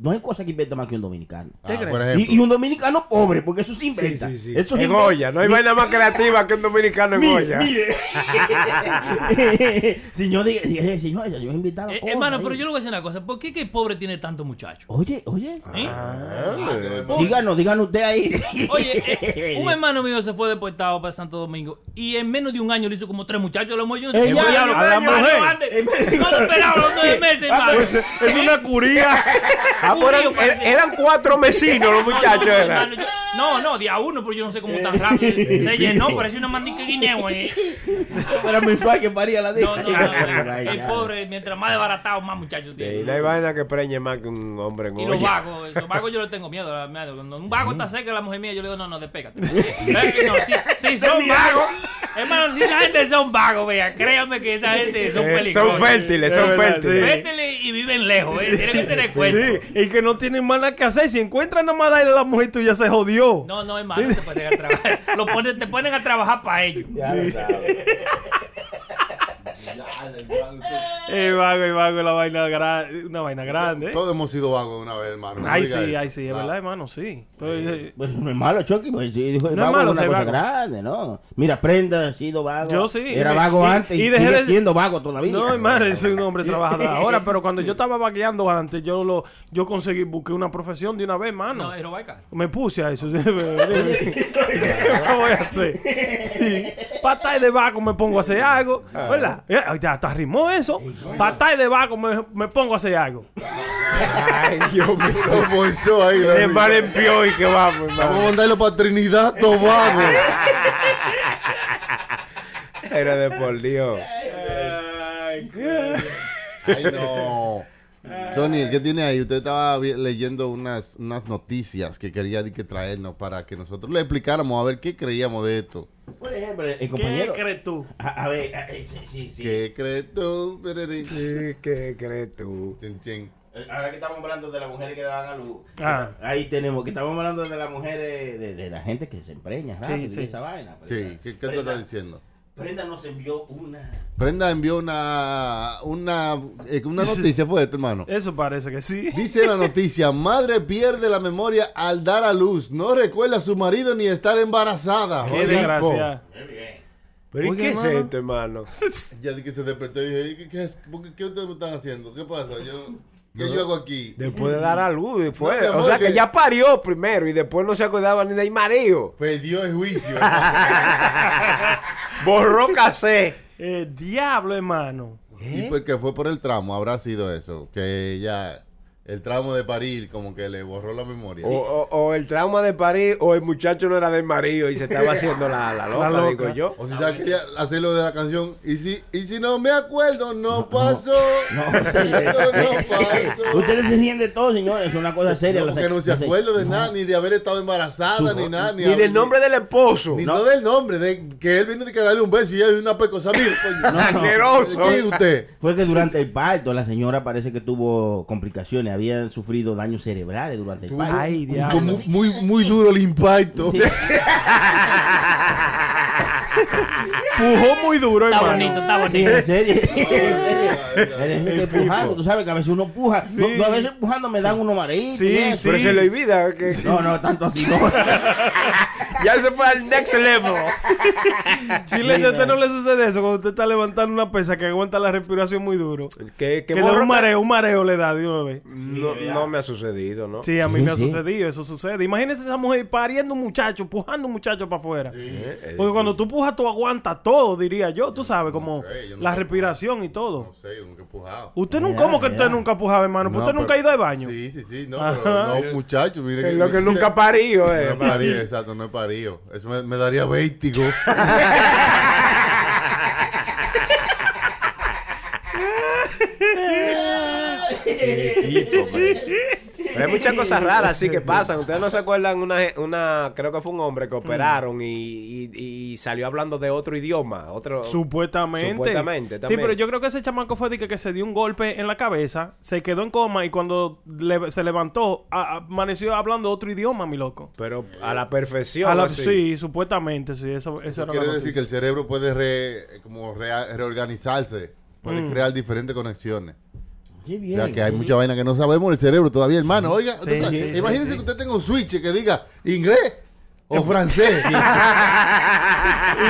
No hay cosa que inventa más que un dominicano.
Ah,
crees?
por
Y,
ejemplo.
y un dominicano pobre, porque eso se inventa. Eso se
En
inventa.
Goya. No hay vaina más creativa que un dominicano en Goya.
Mire, mire. señor, diga, diga, eh, señor, yo
Ah,
invitaba.
Eh,
porra,
hermano, pero
ahí.
yo le voy a decir una cosa. ¿Por qué que el pobre tiene tanto muchacho?
Oh,
Oye, oye.
¿Eh?
ah.
Díganos, díganos usted ahí.
Oye, eh, un hermano mío se fue deportado para Santo Domingo y en menos de un año le hizo como tres muchachos. Lo hemos hecho
Ey, ya,
diablo,
a la
coño,
mujer.
Aníbal, antes. No lo esperaba los nueve meses, hermano.
Pues, es una curía.
Ah, pero eran, er- eran cuatro mesinos los muchachos.
no, no,
eran.
hermano, yo- no, no, día uno, pero yo no sé cómo tan rápido. Se llenó, parecía una mandica de guineo. eh.
Era mi fa que paría la
No,
diga.
no, no, no. El pobre, mientras más desbaratado, más muchachos
Sí,
tiene.
no hay vaina que preñe más que un hombre en
Y los
Goya.
vagos, los vagos yo le tengo miedo. la verdad. Cuando un vago está cerca de la mujer mía, yo le digo, no, no, despégate. Eh, que no, si, si son vagos, hermano, si la gente son vagos, vea, créanme que esa gente son
Eh,
peligrosos.
son fértiles, son
Es verdad,
fértiles.
Vértele y viven lejos, eh, tienen que tener
Sí,
cuenta.
y que no tienen más nada que hacer. Si encuentran nada más darle a la mujer, tú ya se jodió.
No, no, hermano, te ponen a trabajar. Lo ponen, te ponen a trabajar para ellos.
Eh, vago, eh, vago, la vaina gra- una vaina grande. ¿eh?
Todos hemos sido vagos una vez, hermano. No
Ay,
diga
sí,
eso.
ay, sí, es
Ah,
verdad, hermano, sí. Entonces, eh,
Pues no es malo, Chucky, pues sí, dijo,
No es
vago
malo
una
ser
cosa
vago.
grande, ¿no? Mira, prenda ha sido vago.
Yo sí,
Era
y-
vago
y-
antes y,
y dejé
sigue
de-
siendo vago todavía.
No, hermano, yo soy un hombre trabajador ahora, pero cuando yo estaba vaqueando antes, yo lo, yo conseguí, busqué una profesión de una vez, hermano.
No, es robar carro.
Me puse a eso. ¿Qué me voy a hacer? Patay de vaco me pongo a hacer algo.
Ah.
¿Verdad? Eh, Ya hasta rimó eso. Patay de vaco me, me pongo a hacer algo.
Ay, Dios mío.
Lo bolsó ahí. la
De
vida.
mal en peor y que vamos,
Vamos a
hermano.
mandarlo para Trinidad Tobago.
Pero de por Dios.
Ay, no. Sony, ¿qué tiene ahí? Usted estaba vi- leyendo unas, unas noticias que quería di que traernos para que nosotros le explicáramos a ver qué creíamos de esto.
Por ejemplo, el compañero.
crees tú?
A, a ver, a- eh, sí, sí, sí.
¿Qué crees tú? Perere?
Sí, ¿Qué crees tú?
Chin, chin.
Eh, Ahora que estamos hablando de las mujeres que daban a luz.
Ah.
Ahí tenemos, que estamos hablando de las mujeres, de, de la gente que se empreña, rápido, y
sí.
esa vaina. pues,
Sí, ¿qué, qué te está diciendo?
Prenda nos envió una.
Prenda envió una, una, eh, una noticia, fue esto, hermano.
Eso parece que sí.
Dice la noticia, madre pierde la memoria al dar a luz, no recuerda a su marido ni estar embarazada.
Qué
Oye,
desgracia.
¿Pero y
Oye,
qué es
hermano.
esto, hermano?
po. Ya di que se despertó y dije, ¿qué, qué, es? ¿Por qué, qué ustedes me están haciendo? ¿Qué pasa? Yo, ¿Qué yo hago aquí?
Después de dar a luz, después.
No, mi amor,
o sea, que
que-
ya parió primero y después no se acordaba ni del mareo.
Perdió el juicio.
Borró casé.
Eh, diablo, hermano.
y porque fue por el tramo, habrá sido eso, que ella el trauma de parir como que le borró la memoria.
O, o- o el trauma de París o el muchacho no era del marido y se estaba haciendo la, la loca,
loca.
digo yo.
O si ya quería hacerlo de la canción. Y si, y si no me acuerdo, no, paso. No,
pues,
no paso.
eh, Ustedes se ríen de todo, señores. Es una cosa seria.
No,
las-
porque no se
las-
acuerda de nada, ni de haber estado embarazada, ni nada. Ni,
Ni del nombre del esposo.
Ni no. del nombre, de que él vino de que darle un beso y ella es una pecosa. Mire, coño.
Asqueroso.
¿Qué es usted?
Fue que durante el parto la señora parece que tuvo complicaciones, habían sufrido daños cerebrales durante el parto.
Ay,
Fue
diablo.
mu- muy, muy duro el impacto.
Pujó muy duro,
Está
hermano.
bonito, está bonito.
En serio, en serio. Eres gente pujando, tú sabes que a veces uno puja. No, no, a veces pujando me dan unos mareos.
Sí,
y eso.
sí.
Pero se le olvida que
No, no, tanto así no.
ya se fue al next level.
Chile,
Sí,
a usted
man.
no le sucede eso cuando usted está levantando una pesa que aguanta la respiración muy duro.
Que, que
Que le da
borra-
un mareo, un mareo le da de una vez.
No, no me ha sucedido, ¿no?
Sí, a mí
Sí,
me ha
sí.
sucedido, eso sucede. Imagínese esa mujer pariendo un muchacho, pujando un muchacho para afuera.
Eh, eh,
Porque cuando tú pujas, tú aguantas todo, diría yo, tú sabes, como
sé, yo no
la
sé.
respiración y todo.
No sé, yo nunca he pujado.
Usted nunca,
Ya,
¿cómo que
ya.
usted nunca ha pujado, hermano? Pues
No,
usted nunca ha
pero-
ido al baño.
Sí, sí, sí. No, pero no, muchacho. Mire
es lo que nunca parió,
No
eh.
he parido, exacto, no he parido. Eso me, me daría vértigo.
eh, Pero hay muchas cosas raras así que pasan. Ustedes no se acuerdan una, una creo que fue un hombre que operaron y, y- y salió hablando de otro idioma, otro
Supuestamente.
Supuestamente,
Sí,
también.
pero yo creo que ese chamaco fue de que, que se dio un golpe en la cabeza, se quedó en coma y cuando le- se levantó, a- amaneció hablando otro idioma, mi loco.
pero a la perfección.
A la-
así.
sí, supuestamente, sí, eso, eso era la
Quiere decir
noticia.
que el cerebro puede re- como rea- reorganizarse, puede
Mm.
crear diferentes conexiones.
Qué
O
bien.
sea que hay mucha vaina que no sabemos del cerebro todavía, hermano. Oiga, entonces,
sí, sí,
imagínense que usted tenga un switch que diga inglés o francés.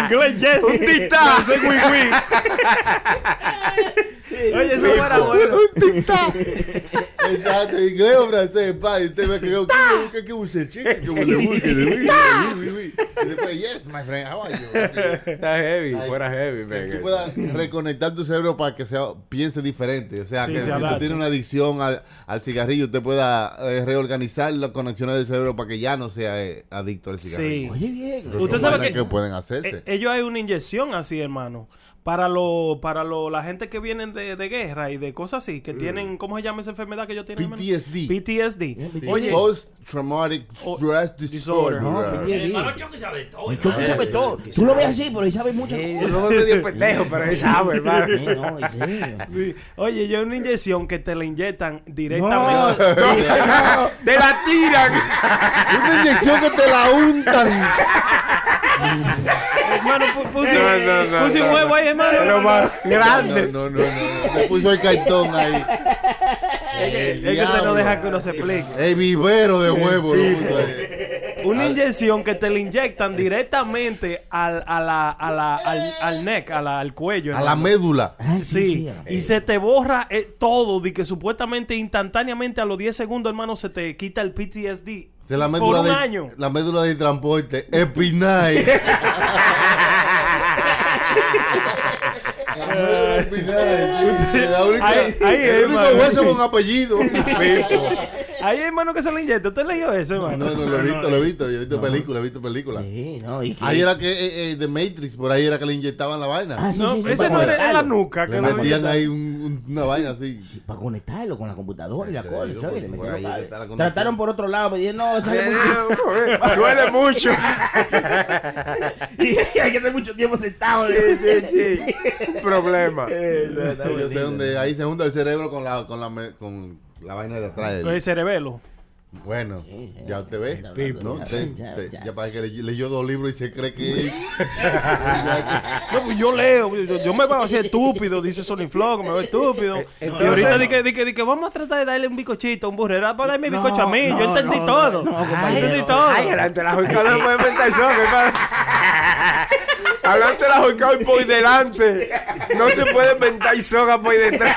Inglés, yes. Un titán. Oye, eso era bueno.
Exacto, inglés o francés, pa. Y usted ve que yo que que usted chica, que huele, uy, que de uy, uy, uy, uy. Y después, yes, my friend, how are you?
Está heavy,
Ay,
fuera heavy, man.
Que tú puedas reconectar tu cerebro para que sea, piense diferente. O sea,
Sí,
que
sí,
si
hablar,
usted tiene
sí.
una adicción al, al cigarrillo, usted pueda eh, reorganizar las conexiones del cerebro para que ya no sea eh, adicto al
Sí.
cigarrillo.
Oye, bien.
Pero son
Usted sabe
vainas
que-
pueden
Eh,
hacerse.
ellos hay una inyección así, hermano. Para lo, para lo, la gente que vienen de, de guerra y de cosas así,
Mm.
que tienen, ¿cómo se llama esa enfermedad que ellos tienen? hermano?
PTSD.
Mm,
PTSD.
Sí.
eh, Oye,
Oh.
Post Traumatic
O-
Stress Disorder.
disorder, ¿no?
pues, Bien,
El
bien.
hermano Chucky sabe de todo. ¿eh?
El Chucky
hermano.
sabe todo. Tú lo ves así, pero él sabe muchas
Sí,
cosas.
yo me medio pendejo, pero él sabe,
Sí,
hermano.
no, en serio.
sí. Oye, yo hay una inyección que te la inyectan
No,
directamente.
No, ¡Te la tiran!
Una inyección que te la untan.
Hermano, pu- puse,
No, no, no,
puse un
no,
huevo
no.
ahí, hermano.
Pero más grande.
No, no, no, no. no. Le puso el cartón ahí.
Es que usted no deja que uno se explique.
El vivero de huevo. lo puso ahí.
Una inyección que te la inyectan directamente al, a la, a la, al, al neck, a la- al cuello.
A la
hermano.
médula.
Ay,
Sí,
sí, sí.
y se te borra eh, todo, de que supuestamente instantáneamente a los 10 segundos, hermano, se te quita el PTSD.
De la
por
médula
un
de,
año.
La médula de transporte. Espinal. La médula espinal. La única-
Ahí- ahí es,
el único
hermano.
hueso con apellido.
Ahí, hermano, que se la inyecta. ¿Usted leyó eso,
No,
hermano?
no, lo he visto, lo he visto. Yo he visto películas, he visto películas.
Sí, no, y que-
Ahí era que eh, eh, de Matrix, por ahí era que le inyectaban la
Ah,
vaina.
sí,
No,
sí, sí,
ese
para
no era en la
conectarlo.
nuca.
Le
que lo
metían
inyectan.
ahí un- un- una vaina así.
Para conectarlo con la computadora y la
Te
cosa.
digo,
¿sabes?
por-
Le
por
metieron
ahí
cable.
está la conexión.
Trataron por otro lado, me dijeron, no, sale mucho.
Duele mucho.
Y hay que tener mucho tiempo sentado. ¿eh?
Sí, sí, sí. Problema.
Yo sé donde ahí se junta el cerebro con la, con la, me- con la vaina de atrás.
Con el cerebelo.
Bueno, ya usted ve.
Pipo.
¿no? Usted-
Ya,
usted-
ya.
ya parece que le- leyó dos libros y se cree que.
No, pues yo leo, yo, yo me voy a hacer estúpido, dice Sony Flock, me voy estúpido.
Eh,
y ahorita dije, dije, dije, vamos a tratar de darle un bicochito, un burrera, para darme
No,
bicocho a mí,
no,
yo entendí
no,
todo.
no, no,
yo entendí
compañero.
todo.
Ay, delante de la jocada no puede inventar eso, mi hermano. Adelante la jocada y por delante. No se puede inventar soga por detrás.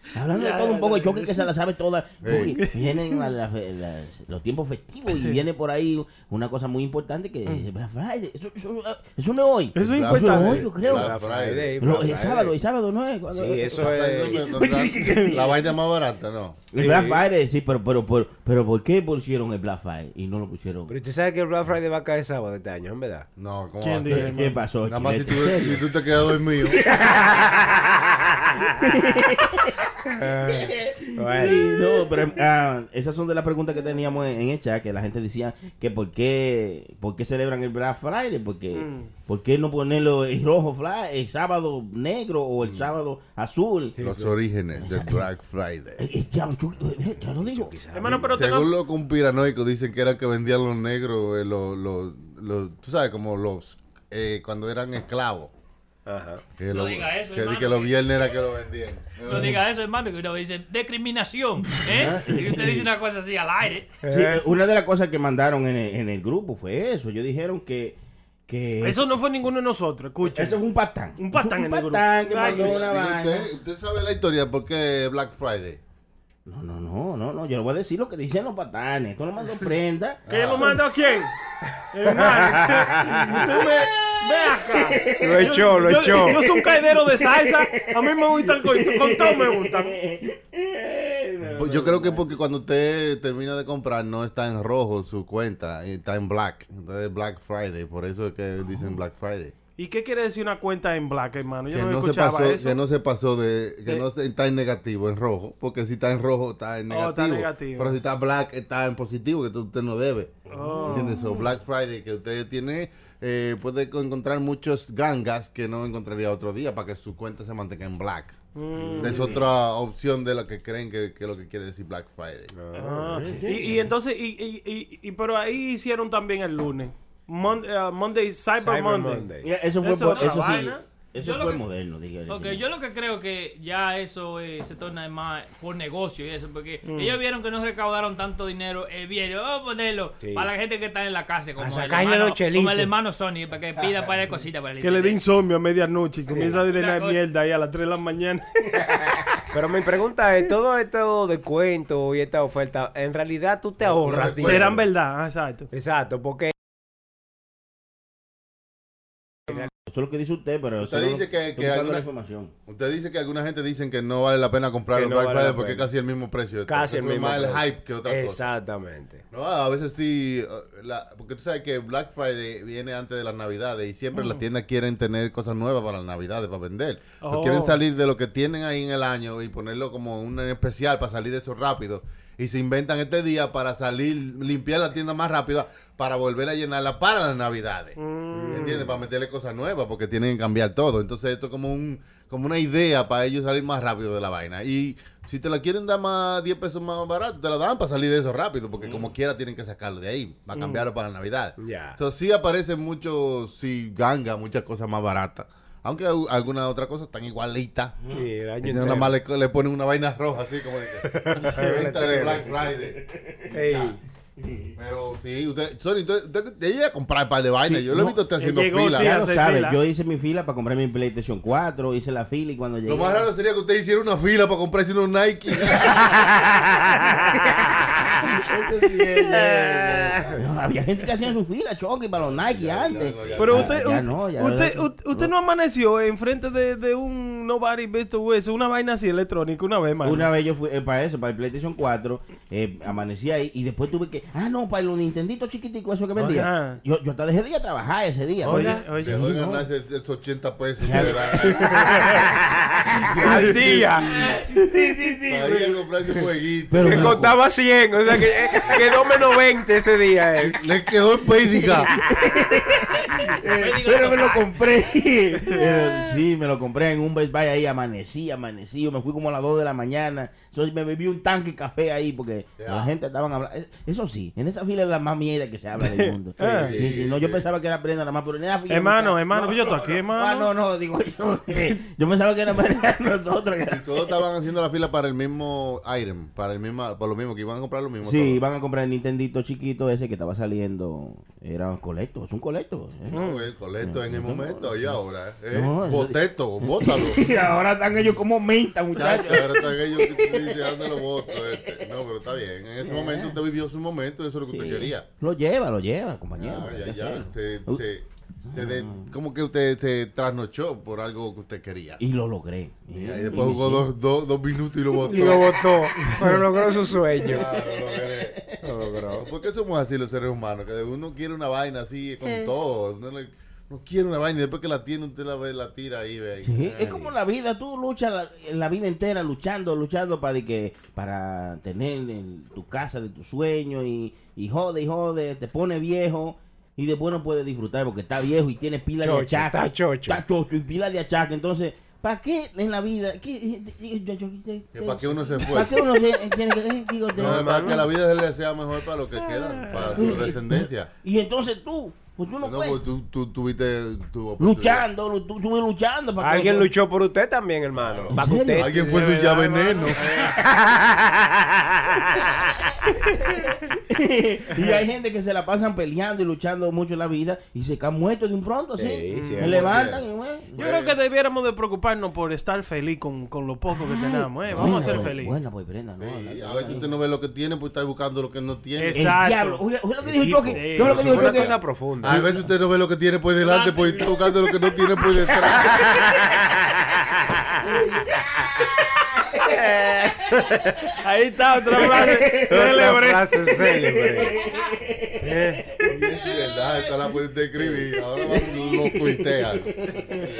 Hablando de todo un poco, Chucky que se la sabe toda. Uy, Vienen la- la- las- los tiempos festivos y viene por ahí una cosa muy importante que es Black Friday. Eso, eso- ah, eso no es hoy.
Eso es
Black
importante.
Friday,
Yo creo.
Black Friday.
No,
Black
el sábado,
Friday.
el sábado no es. Cuando-
Sí, eso es.
No, no, no, La vaina más barata, no.
El Black Friday, sí, pero, pero, pero, pero ¿por qué pusieron el Black Friday y no lo pusieron?
Pero tú sabes que el Black Friday va a caer sábado este año, en verdad.
No, ¿cómo
¿Quién
va a
dijo,
ser?
hermano?
¿Qué pasó?
Nada más si tú,
Chilete? ¿En serio?
si tú te quedas dormido.
Bueno,
Sí, no, pero ah, esas son de las preguntas que teníamos en, en el chat, que la gente decía que por qué, por qué celebran el Black Friday, porque
Mm.
por qué no ponerlo el rojo fla- el sábado negro o
Mm.
el sábado azul.
Los orígenes del Black Friday.
Eh, eh, ya, yo- eh, ya lo digo.
Hermano, pero tengo-
Según los conspiranoicos, dicen que era que vendían los negros, eh, los, los, los- tú sabes, como los, eh, cuando eran esclavos.
ajá.
Que
No
lo-
diga eso,
que, di-
hermano,
que los
que-
viernes era que lo vendían.
No diga eso, hermano, que uno dice discriminación, ¿eh? Y usted dice una cosa así al aire.
Sí, eh, una de las cosas que mandaron en el, en el grupo fue eso. Ellos dijeron que... que
Eso no fue ninguno de nosotros, escucha.
eso fue un patán.
Un patán
Eso fue
en el
un
grupo.
patán que
Ay,
mandó
Diga,
una vaina.
usted, usted sabe la historia por qué Black Friday.
No, no, no, no, no. Yo le voy a decir lo que dicen los patanes. Esto no me sorprenda.
¿Qué lo mandó a quién? Hermano, tú me... Ve acá.
Lo echó, lo
Yo-
echó.
Yo soy un caidero de salsa. A mí me gustan con, con todo me gustan. Eh,
Pues Yo creo que porque cuando usted termina de comprar no está en rojo su cuenta, está en black. Entonces Black Friday, por eso es que dicen Black Friday.
¿Y qué quiere decir una cuenta en black, hermano? Yo
que,
no,
no se
escuchaba
pasó,
eso.
que no se pasó de que
De-
no se- está en negativo en rojo porque si está en rojo está en negativo,
Oh, está negativo.
pero si está black está en positivo que tú- usted no debe
Oh.
entiendes So, Black Friday que usted tiene eh, puede co- encontrar muchos gangas que no encontraría otro día para que su cuenta se mantenga en black
Mm.
Esa es otra opción de lo que creen que, que es lo que quiere decir Black Friday
Ah, y, y entonces, y, y, y, y- pero ahí hicieron también el lunes. Mon- eh, Monday, Cyber,
Cyber
Monday.
Monday.
Ya, Eso fue,
Eso
por-
es otra
eso sí,
vaina.
eso
Yo lo
fue
que-
moderno, diga.
Ok, yo lo que creo que ya eso eh, se torna más por negocio y eso, porque
Mm.
ellos vieron que no recaudaron tanto dinero, eh, vieron, vamos a ponerlo
Sí.
para la gente que está en la casa, como, el
sacarle
hermano,
los chelitos.
como el hermano Sony, eh, para que pida para de cositas para el
Que le dé
internet.
insomnio a medianoche y comienza a
Una
llenar
cosa.
mierda ahí a las 3 de la mañana.
Pero mi pregunta es, todo esto de cuento y esta oferta, en realidad tú te ahorras dinero.
Serán verdad, ah, exacto.
Exacto, porque
Eso es lo que dice usted, pero...
Usted
eso no-
dice que-
estoy
que
buscando
alguna-
la información.
Usted dice que alguna gente dicen que no vale la pena comprar
Que
el
no
Black
vale
Friday
la
porque es
pena.
casi el mismo precio.
casi el
Eso es
mismo.
más el
precio.
hype que otra cosa.
Exactamente.
No, a veces sí. eh, la- porque tú sabes que Black Friday viene antes de las Navidades y siempre las tiendas quieren tener cosas nuevas para las Navidades, para vender. Entonces,
Oh.
quieren salir de lo que tienen ahí en el año y ponerlo como un especial para salir de eso rápido. Y se inventan este día para salir, limpiar la tienda más rápida para volver a llenarla para las Navidades. ¿Entiendes? Para meterle cosas nuevas porque tienen que cambiar todo. Entonces, esto es como un como una idea para ellos salir más rápido de la vaina. Y si te la quieren dar más 10 pesos más barato, te la dan para salir de eso rápido, porque como quiera tienen que sacarlo de ahí, para cambiarlo para la Navidad.
Ya.
So, sí aparecen muchos, sí, ganga, muchas cosas más baratas. Aunque au- algunas otras cosas están igualitas.
Y el año
Y nada
entero.
más le, co- le ponen una vaina roja, así como de que, venta de Black Friday.
Ey.
Pero sí, usted, Sony, usted, usted, usted llega a comprar un par de vainas.
Sí,
Yo lo he
no,
visto usted
él
haciendo
llegó,
fila.
sí,
Ya lo
hacer
sabe,
fila.
yo hice mi fila para comprar mi PlayStation 4, hice la fila y cuando llegué...
Lo más raro sería que usted hiciera una fila para comprarse unos Nike.
Eso sí es, eh, no, había gente que hacía su fila, choque, para los Nike antes.
no, ya
Pero
Ah,
usted,
ya
usted,
no, ya
usted,
no.
usted- usted no amaneció enfrente de, de un Nobody Best of West, una vaina así electrónica, una vez, más.
Una vez yo fui eh, para eso, para el PlayStation 4, eh, amanecí ahí y después tuve que. Ah, no, para los Nintenditos chiquiticos, eso que vendía.
Ajá.
Yo, yo hasta dejé de ir a trabajar ese día.
ah. Oye,
¿verdad?
Se
oye.
va a ganar ese- esos 80 pesos. que le dan.
Al día.
Para ir a comprar ese jueguito.
Pero
Que
me
contaba 100, o sea que eh, quedó menos 20 ese día él.
Le quedó en pédiga.
Pues digo,
Pero me lo
total,
compré. Eh, sí, me lo compré en un Best Buy ahí, amanecí, amanecí. Yo me fui como a las 2 de la mañana. Entonces me bebí un tanque de café ahí porque la gente estaban hablando. Eh, Eso sí, en esa fila es la más mierda que se habla del mundo. Sí, sí, no, yo pensaba que era prenda nada más, pero en esa fila.
Hermano,
nunca-
hermano,
No,
yo estoy aquí,
Ah,
hermano.
no, no, digo yo. eh, Yo pensaba que era para nosotros. que
Y
era-
todos estaban haciendo la fila para el mismo item. Para el mismo, para lo mismo, que iban a comprar lo mismo.
Sí,
todo.
van a comprar el Nintendito chiquito ese que estaba saliendo. Era un colecto, eh. es un colecto.
No, el coleto en el momento y ahora. ¿eh?
No, eso-
Boteto, bótalo.
Y ahora están ellos como menta, muchachos.
Chacho, ahora están ellos que tú dices, "¿A dónde lo boto este?". No, pero está bien. En
Eh.
ese momento usted vivió su momento, eso es lo que usted quería.
Lo lleva, lo lleva, compañero.
Ya, ya,
¿qué
ya.
hacer?
Se,
Uh,
se, se de- como que usted se trasnochó por algo que usted quería.
Mm. Y lo logré.
Y ahí después jugó dos, dos, dos minutos y lo botó.
Y lo votó. Pero logró su sueño.
Claro, lo logré.
Lo logró.
¿Por qué somos así los seres humanos? Que uno quiere una vaina así con todo. Uno le- uno quiere una vaina y después que la tiene, usted la ve, la tira ahí. Ve,
Sí,
Ay.
es como la vida, tú luchas la, la vida entera luchando, luchando para de que para tener el- tu casa de tus sueños y, y jode y jode, te pone viejo y después no puedes disfrutar porque está viejo y tiene pila
Chocho,
de achaque.
está chocho.
Está chocho y pila de achaque, entonces, ¿para qué en la vida? ¿Qué- yo- yo-
¿Que para qué uno se fue?
¿Para qué uno se- tiene que- eh, digo,
No, es para que la vida se le sea mejor para los que quedan, para su descendencia.
Y entonces tú, pues tú no,
No,
puedes.
pues tú, tú tuviste tu oportunidad.
Luchando, lu- tú, tú luchando para que-
Alguien luchó por usted también, hermano. Para que usted-
Alguien fue su ya veneno.
y hay gente que se la pasan peleando y luchando mucho en la vida y se caen muertos de un pronto así.
Sí, sí,
se
es
levantan
porque-
y bueno.
Yo creo que debiéramos de preocuparnos por estar feliz con, con lo poco que tenemos, ¿eh? Vamos a ser
Bueno,
felices.
Bueno, pues Brenda, no.
Sí,
la-
a veces usted no ve lo que tiene, pues está buscando lo que no tiene.
El
Exacto.
diablo. Oye, oye lo que dijo
Sí,
Choque.
sí.
oye lo que
Fue
dijo
una
Choque.
cosa profunda.
A veces usted no ve lo que tiene por delante, pues está buscando lo que no tiene por detrás.
Ahí está otra frase
Otra
célebre.
frase célebre.
Y es verdad, esa la puedes escribir. Ahora vamos, lo tuiteas.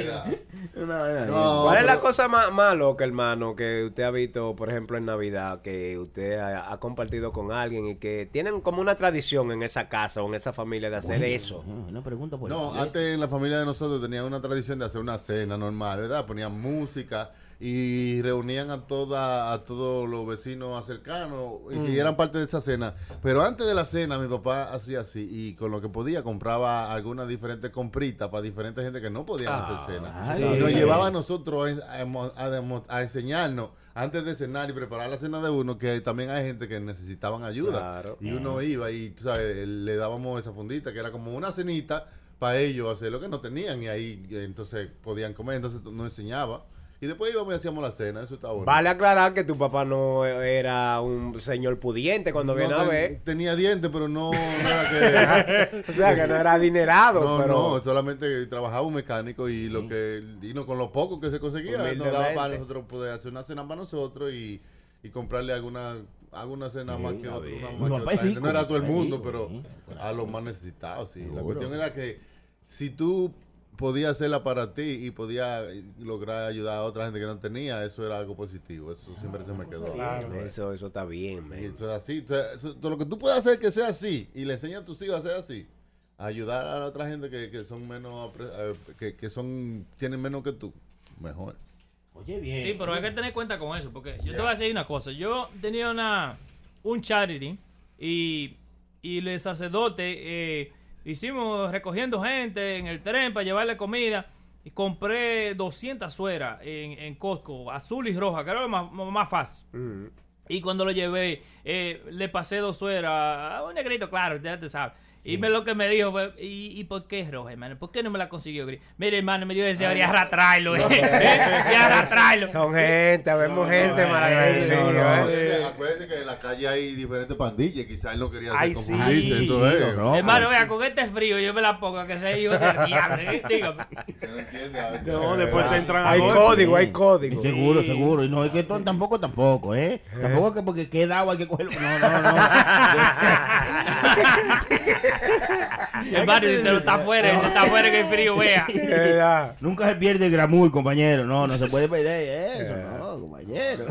Ya. No,
¿Cuál es la
pero-
cosa más, más loca, hermano, que usted ha visto, por ejemplo, en Navidad, que usted ha, ha compartido con alguien y que tienen como una tradición en esa casa o en esa familia de hacer eso?
No, no pregunto por
No,
eso. ¿eh?
antes en la familia de nosotros tenían una tradición de hacer una cena normal, ¿verdad? Ponían música y reunían a toda a todos los vecinos cercanos y
Mm.
si eran parte de esa cena. Pero antes de la cena mi papá hacía así y con lo que podía compraba algunas diferentes compritas para diferentes gente que no podían hacer cena.
ay,
y nos
ay.
llevaba a nosotros a, a- a demo- a enseñarnos antes de cenar y preparar la cena de uno que también hay gente que necesitaban ayuda.
Claro.
Y uno iba y, tú sabes, le dábamos esa fundita, que era como una cenita para ellos hacer lo que no tenían. Y ahí eh, entonces podían comer, entonces nos enseñaba. Y después íbamos y hacíamos la cena, eso estaba bueno.
Vale aclarar que tu papá no era un señor pudiente cuando
No
viene a
ten-
ver.
Tenía dientes, pero no, no era que...
O sea, que no era adinerado,
No,
pero...
no, solamente trabajaba un mecánico y lo que y no, con lo poco que se conseguía nos daba
Humildemente.
para nosotros poder hacer una cena para nosotros y, y comprarle alguna alguna cena más que otra, una más
Mi
que
papá
otra
es
gente.
rico,
No era a
mi
todo el
papá es
mundo,
rico,
pero
sí.
a los más necesitados, sí. La
Seguro.
cuestión era que si tú podías hacerla para ti y podías lograr ayudar a otra gente que no tenía, eso era algo positivo. Eso siempre
Ah,
se me
pues,
quedó.
Eso, eso está bien, man.
Y eso es así. o sea, eso- todo lo que tú puedes hacer que sea así y le enseñas a tus hijos a hacer así. Ayudar a la otra gente que, que son menos apre- eh, que, que son tienen menos que tú. Mejor.
Oye, bien.
Sí, pero hay que tener cuenta con eso, porque yo te voy a decir una cosa. Yo tenía una, un charity y, y el sacerdote eh, hicimos recogiendo gente en el tren para llevarle comida. Y compré 200 sueras en, en Costco, azul y roja, que era lo más, más fácil. Y cuando lo llevé, eh, le pasé dos sueras a un negrito, claro, ya te sabes. Y me lo que me dijo fue, ¿y, y por qué es roja, hermano? ¿Por qué no me la consiguió gris? Mire, hermano, me dio deseo de arrastrarlo, eh. De arrastrarlo.
Son gente, vemos gente malagradecida.
no, no,
¿eh?
Acuérdense acuérdense que en la calle hay diferentes pandillas. Quizás él no quería hacer
Ay, sí.
confundirse.
Ay,
entonces,
sí,
eh,
no, no.
Hermano, vea, con este frío yo me la pongo, que sea hijo del diablo. ¿eh? Dígame.
usted no entiende a veces.
No, después te entran a
Hay
golpe.
código, hay
Sí.
código.
Seguro, seguro. Y no es que esto tampoco, tampoco, ¿eh? Tampoco es que porque queda agua hay que cogerlo. No, no, no.
Hermano, usted no está afuera, usted está afuera que el frío, vea.
¿Verdad?
Nunca se pierde el gramur, compañero. No, no se puede perder eso,
Eh,
no, compañero.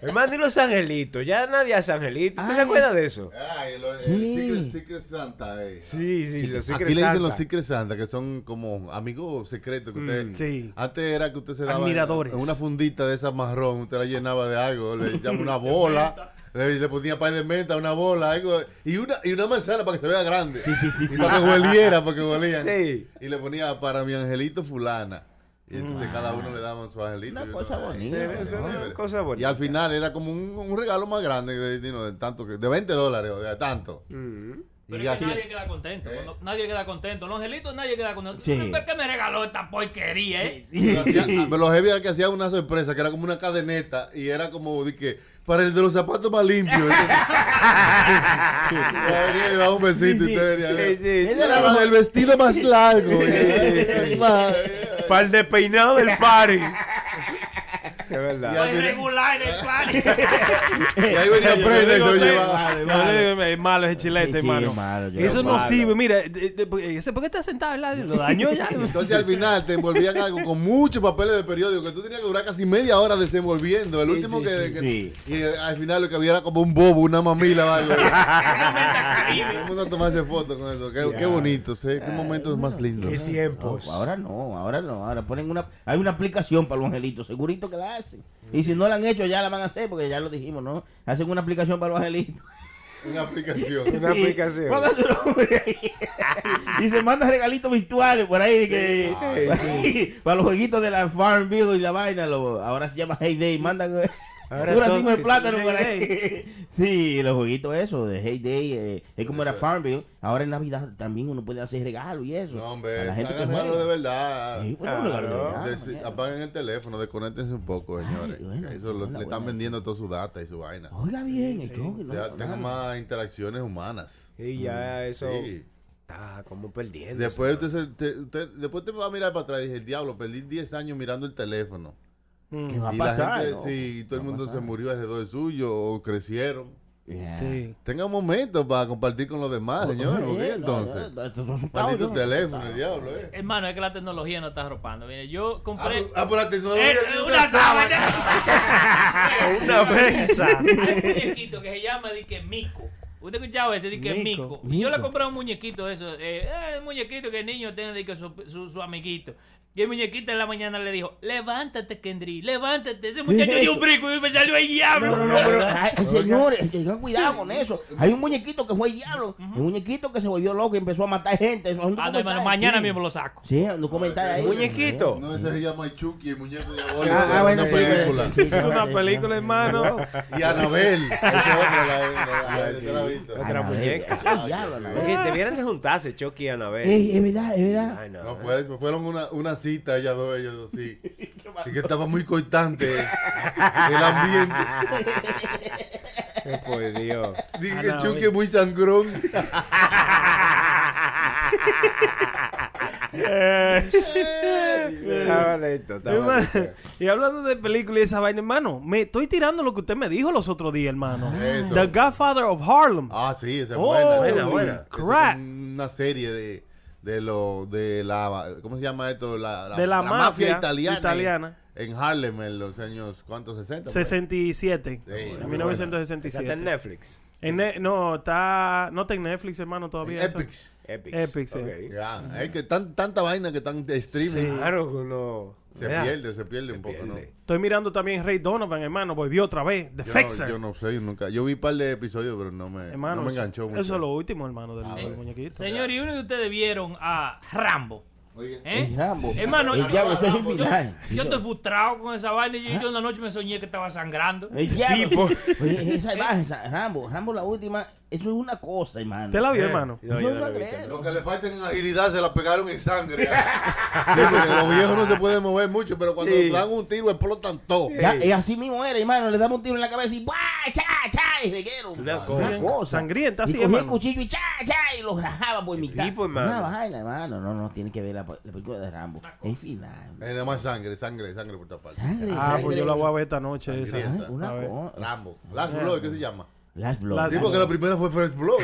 Hermano, y los angelitos. Ya nadie hace angelitos. ¿Usted se
Ay.
acuerda de eso?
Ay, Ah, lo- el
Sí.
Secret, Secret Santa. eh.
Sí, sí, los
Aquí
Secret
le dicen
Santa. Mm,
los Secret Santa, que son como amigos secretos que usted-
sí.
Antes era que usted se daba en-
Admiradores.
en una fundita de esa marrón, usted la llenaba de algo, le llama una bola, le, le ponía pan de menta, una bola, algo, y una, y una manzana para que se vea grande. y para que hueliera, porque huelían.
Sí.
Y le ponía para mi angelito fulana. Y entonces cada uno le daban su angelito.
Una
y uno,
cosa
"Ay,
bonita,
qué
¿no?
chévere".
Una cosa
Y
bonita.
al
Mm.
final era como un, un regalo más grande de, de, de tanto que, de 20 dólares o de tanto.
Pero
Y
es que
así-
nadie queda contento.
Eh.
No- Nadie queda contento. Los angelitos nadie queda contento.
Sí.
¿Tú sabes ¿Qué me regaló esta porquería, eh?
Pero hacía- pero los heavy era que hacía una sorpresa, que era como una cadeneta, y era como de que para el de los zapatos más limpios. venía y le daba un besito y te venía.
Esa era
la
la-
del vestido más largo.
Para el despeinado del party.
Es verdad.
Ya,
Soy
mira.
regular en el plan.
y ahí venía
Yo
Brenda y
digo,
se lo
"Tres".
llevaba.
Vale,
No,
vale.
le digo, es malo ese chilete,
Sí, sí,
hermano.
es malo, yo-
Eso
es
no
malo.
sirve, mira. de- de- porque ese- ¿Por qué estás sentado al lado? Lo dañó ya.
Entonces al final te envolvían algo con muchos papeles de periódico que tú tenías que durar casi media hora desenvolviendo. El último
sí,
que,
sí,
que-
sí.
Y eh, al final lo que había era como un bobo, una mamila o algo. Todo el mundo tomarse fotos con eso. Qué, qué bonito, ¿sí?
Ah,
qué momentos más lindos.
Qué tiempos.
No, ahora no, ahora no, ahora ponen una, hay una aplicación para los angelitos, segurito que la hacen. Y si no la han hecho, ya la van a hacer, porque ya lo dijimos, ¿no? Hacen una aplicación para los angelitos.
Una aplicación.
Una aplicación.
Pongan su nombre ahí. y se mandan regalitos virtuales por ahí de que, para los jueguitos de la Farmville y la vaina. lo- ahora se llama Heyday. Mandan
Ahora
una
todo-
cinco de plátano por ahí. sí, los jueguitos esos de Heyday. eh, es como era Farmville. Ahora en Navidad también uno puede hacer regalos y eso.
No,
A
hombre,
la gente que
hagan malo
juega.
de verdad.
Sí, pues, un regalo de
Claro.
verdad,
Desi-
mañana.
apaguen el teléfono, desconectense un poco, señores.
bueno,
Que eso lo-
buena,
le están
buena.
vendiendo toda su data y su vaina.
Oiga bien, el choque,
O
no,
sea,
no,
tengan
no.
más interacciones humanas.
Y ya eso
Sí.
está como perdiendo.
Después usted, se- te, usted- después te va a mirar para atrás y dije, diablo, perdí 10 años mirando el teléfono.
¿Qué va a
y
pasar?
la gente,
no?
sí, y todo el
Va a
mundo se
pasar.
murió alrededor suyo o crecieron.
Yeah.
Sí.
Tengan momentos para compartir con los demás, señor. ¿por qué
Oye, no,
entonces?
no, no, estoy asustado,
Perdí tu
yo.
teléfono, diablo, eh.
Hermano, es que la tecnología no está arropando. Mire, yo
Ah,
compré.
pues- ah, pues la tecnología
Eh,
tiene
una sábana.
Una ofensa.
Hay un muñequito que se llama di que Mico. ¿Usted ha escuchado ese? Di que Mico.
Mico.
Yo le
Mico.
compré un muñequito de eso. Eh, eh, un muñequito que el niño tiene di que su, su, su amiguito. Y el muñequito en la mañana le dijo, levántate, Kendry, levántate. Ese muchacho
es
dio
eso?
un brinco y me salió el diablo.
No, no, no, pero, ay, señores, tengan cuidado con eso. Hay un muñequito que fue el diablo. Un muñequito que se volvió loco y empezó a matar gente. Eso, ando
Ah, no, hermano,
comentando,
mañana
sí.
mismo lo saco.
Sí, no
Ah,
comentar ahí.
Muñequito.
No, ese se llama Chucky, el muñeco diabólico.
Ah, ah, bueno,
una
sí,
película.
sí, sí,
Es una película, hermano.
Y Anabel. ese otro, la- la- la- ¿te la has visto?
Otra muñeca.
Eso Ah, es el diablo, Anabel.
Oye, debieran de juntarse Chucky y Anabel.
Ey, es verdad, es verdad.
Ay, no.
No, pues fueron una, una cita ellas dos, ellos así. Y que estaba muy cortante el ambiente.
Eh, Por Dios.
Dije que
Anabel.
Chucky es muy sangrón.
Está bonito, Ah, está
Hermano,
bonito.
y hablando de película y esa vaina, hermano, me estoy tirando lo que usted me dijo los otros días, hermano.
Eso.
The Godfather of Harlem.
Ah, sí, esa es
Oh,
buena.
buena,
Esa
buena.
es
Crap.
Una serie de, de lo, de la, ¿cómo se llama esto? La,
De la mafia
italiana.
italiana.
En Harlem en los años, ¿cuántos? 60. por ahí?
67.
Sí, muy
en
Esa está en
1967.
Netflix.
En Ne- no, está, no está en Netflix, hermano, todavía. eso.
Pues, Epics.
Epic.
Epic, sí.
Ya, es que tan, tanta vaina que tan de streaming.
Claro que uno.
Se
¿verdad?
pierde, se pierde un poco,
pierde.
¿no?
Estoy mirando también Ray Donovan, hermano, volvió otra vez. The
Yo,
Fixer.
no, yo no sé, yo nunca. Yo vi un par de episodios, pero no me,
hermano,
no me
eso-
enganchó mucho. Ah,
Eso es lo último, hermano, del, del
bueno.
muñequito.
Señor, y uno de ustedes vieron a Rambo.
Oye,
¿Eh?
El Rambo.
Hermano,
el
yo-
diablo, ¿Ah? eso es el
yo-
final.
Yo estoy frustrado con esa vaina. Yo, yo en la noche me soñé que estaba sangrando.
El diablo. Oye, esa imagen, esa- Rambo, Rambo la última, eso es una cosa, hermano.
¿Te la
Eh,
vio, hermano?
No,
Eso
yo
es
no
una
lo vi.
creencia.
Lo que le falta en agilidad se la pegaron en sangre. Sí, porque los viejos no se pueden mover mucho, pero cuando
Sí.
dan un tiro explotan todo.
Ya, y así mismo era, hermano. Le damos un tiro en la cabeza y ¡buah! ¡Cha, cha! Y reguero.
Una
cosa. Sangrienta,
y
sí,
cogía el
hermano.
cuchillo y ¡cha, cha! Y lo rajaba por mitad.
tipo, hermano.
Una vaina, hermano. No, no, tiene que ver la, la película de Rambo. Es final.
Eh, nada más sangre, sangre, sangre por todas partes.
Sangre,
Ah, pues
sangre.
yo la voy a ver esta noche. esa.
Sangrienta.
Ay, una
A ver.
cosa.
Rambo. Last Blood, ¿qué se llama?
Las
Las-
blogs.
Sí, porque la primera fue First Blood,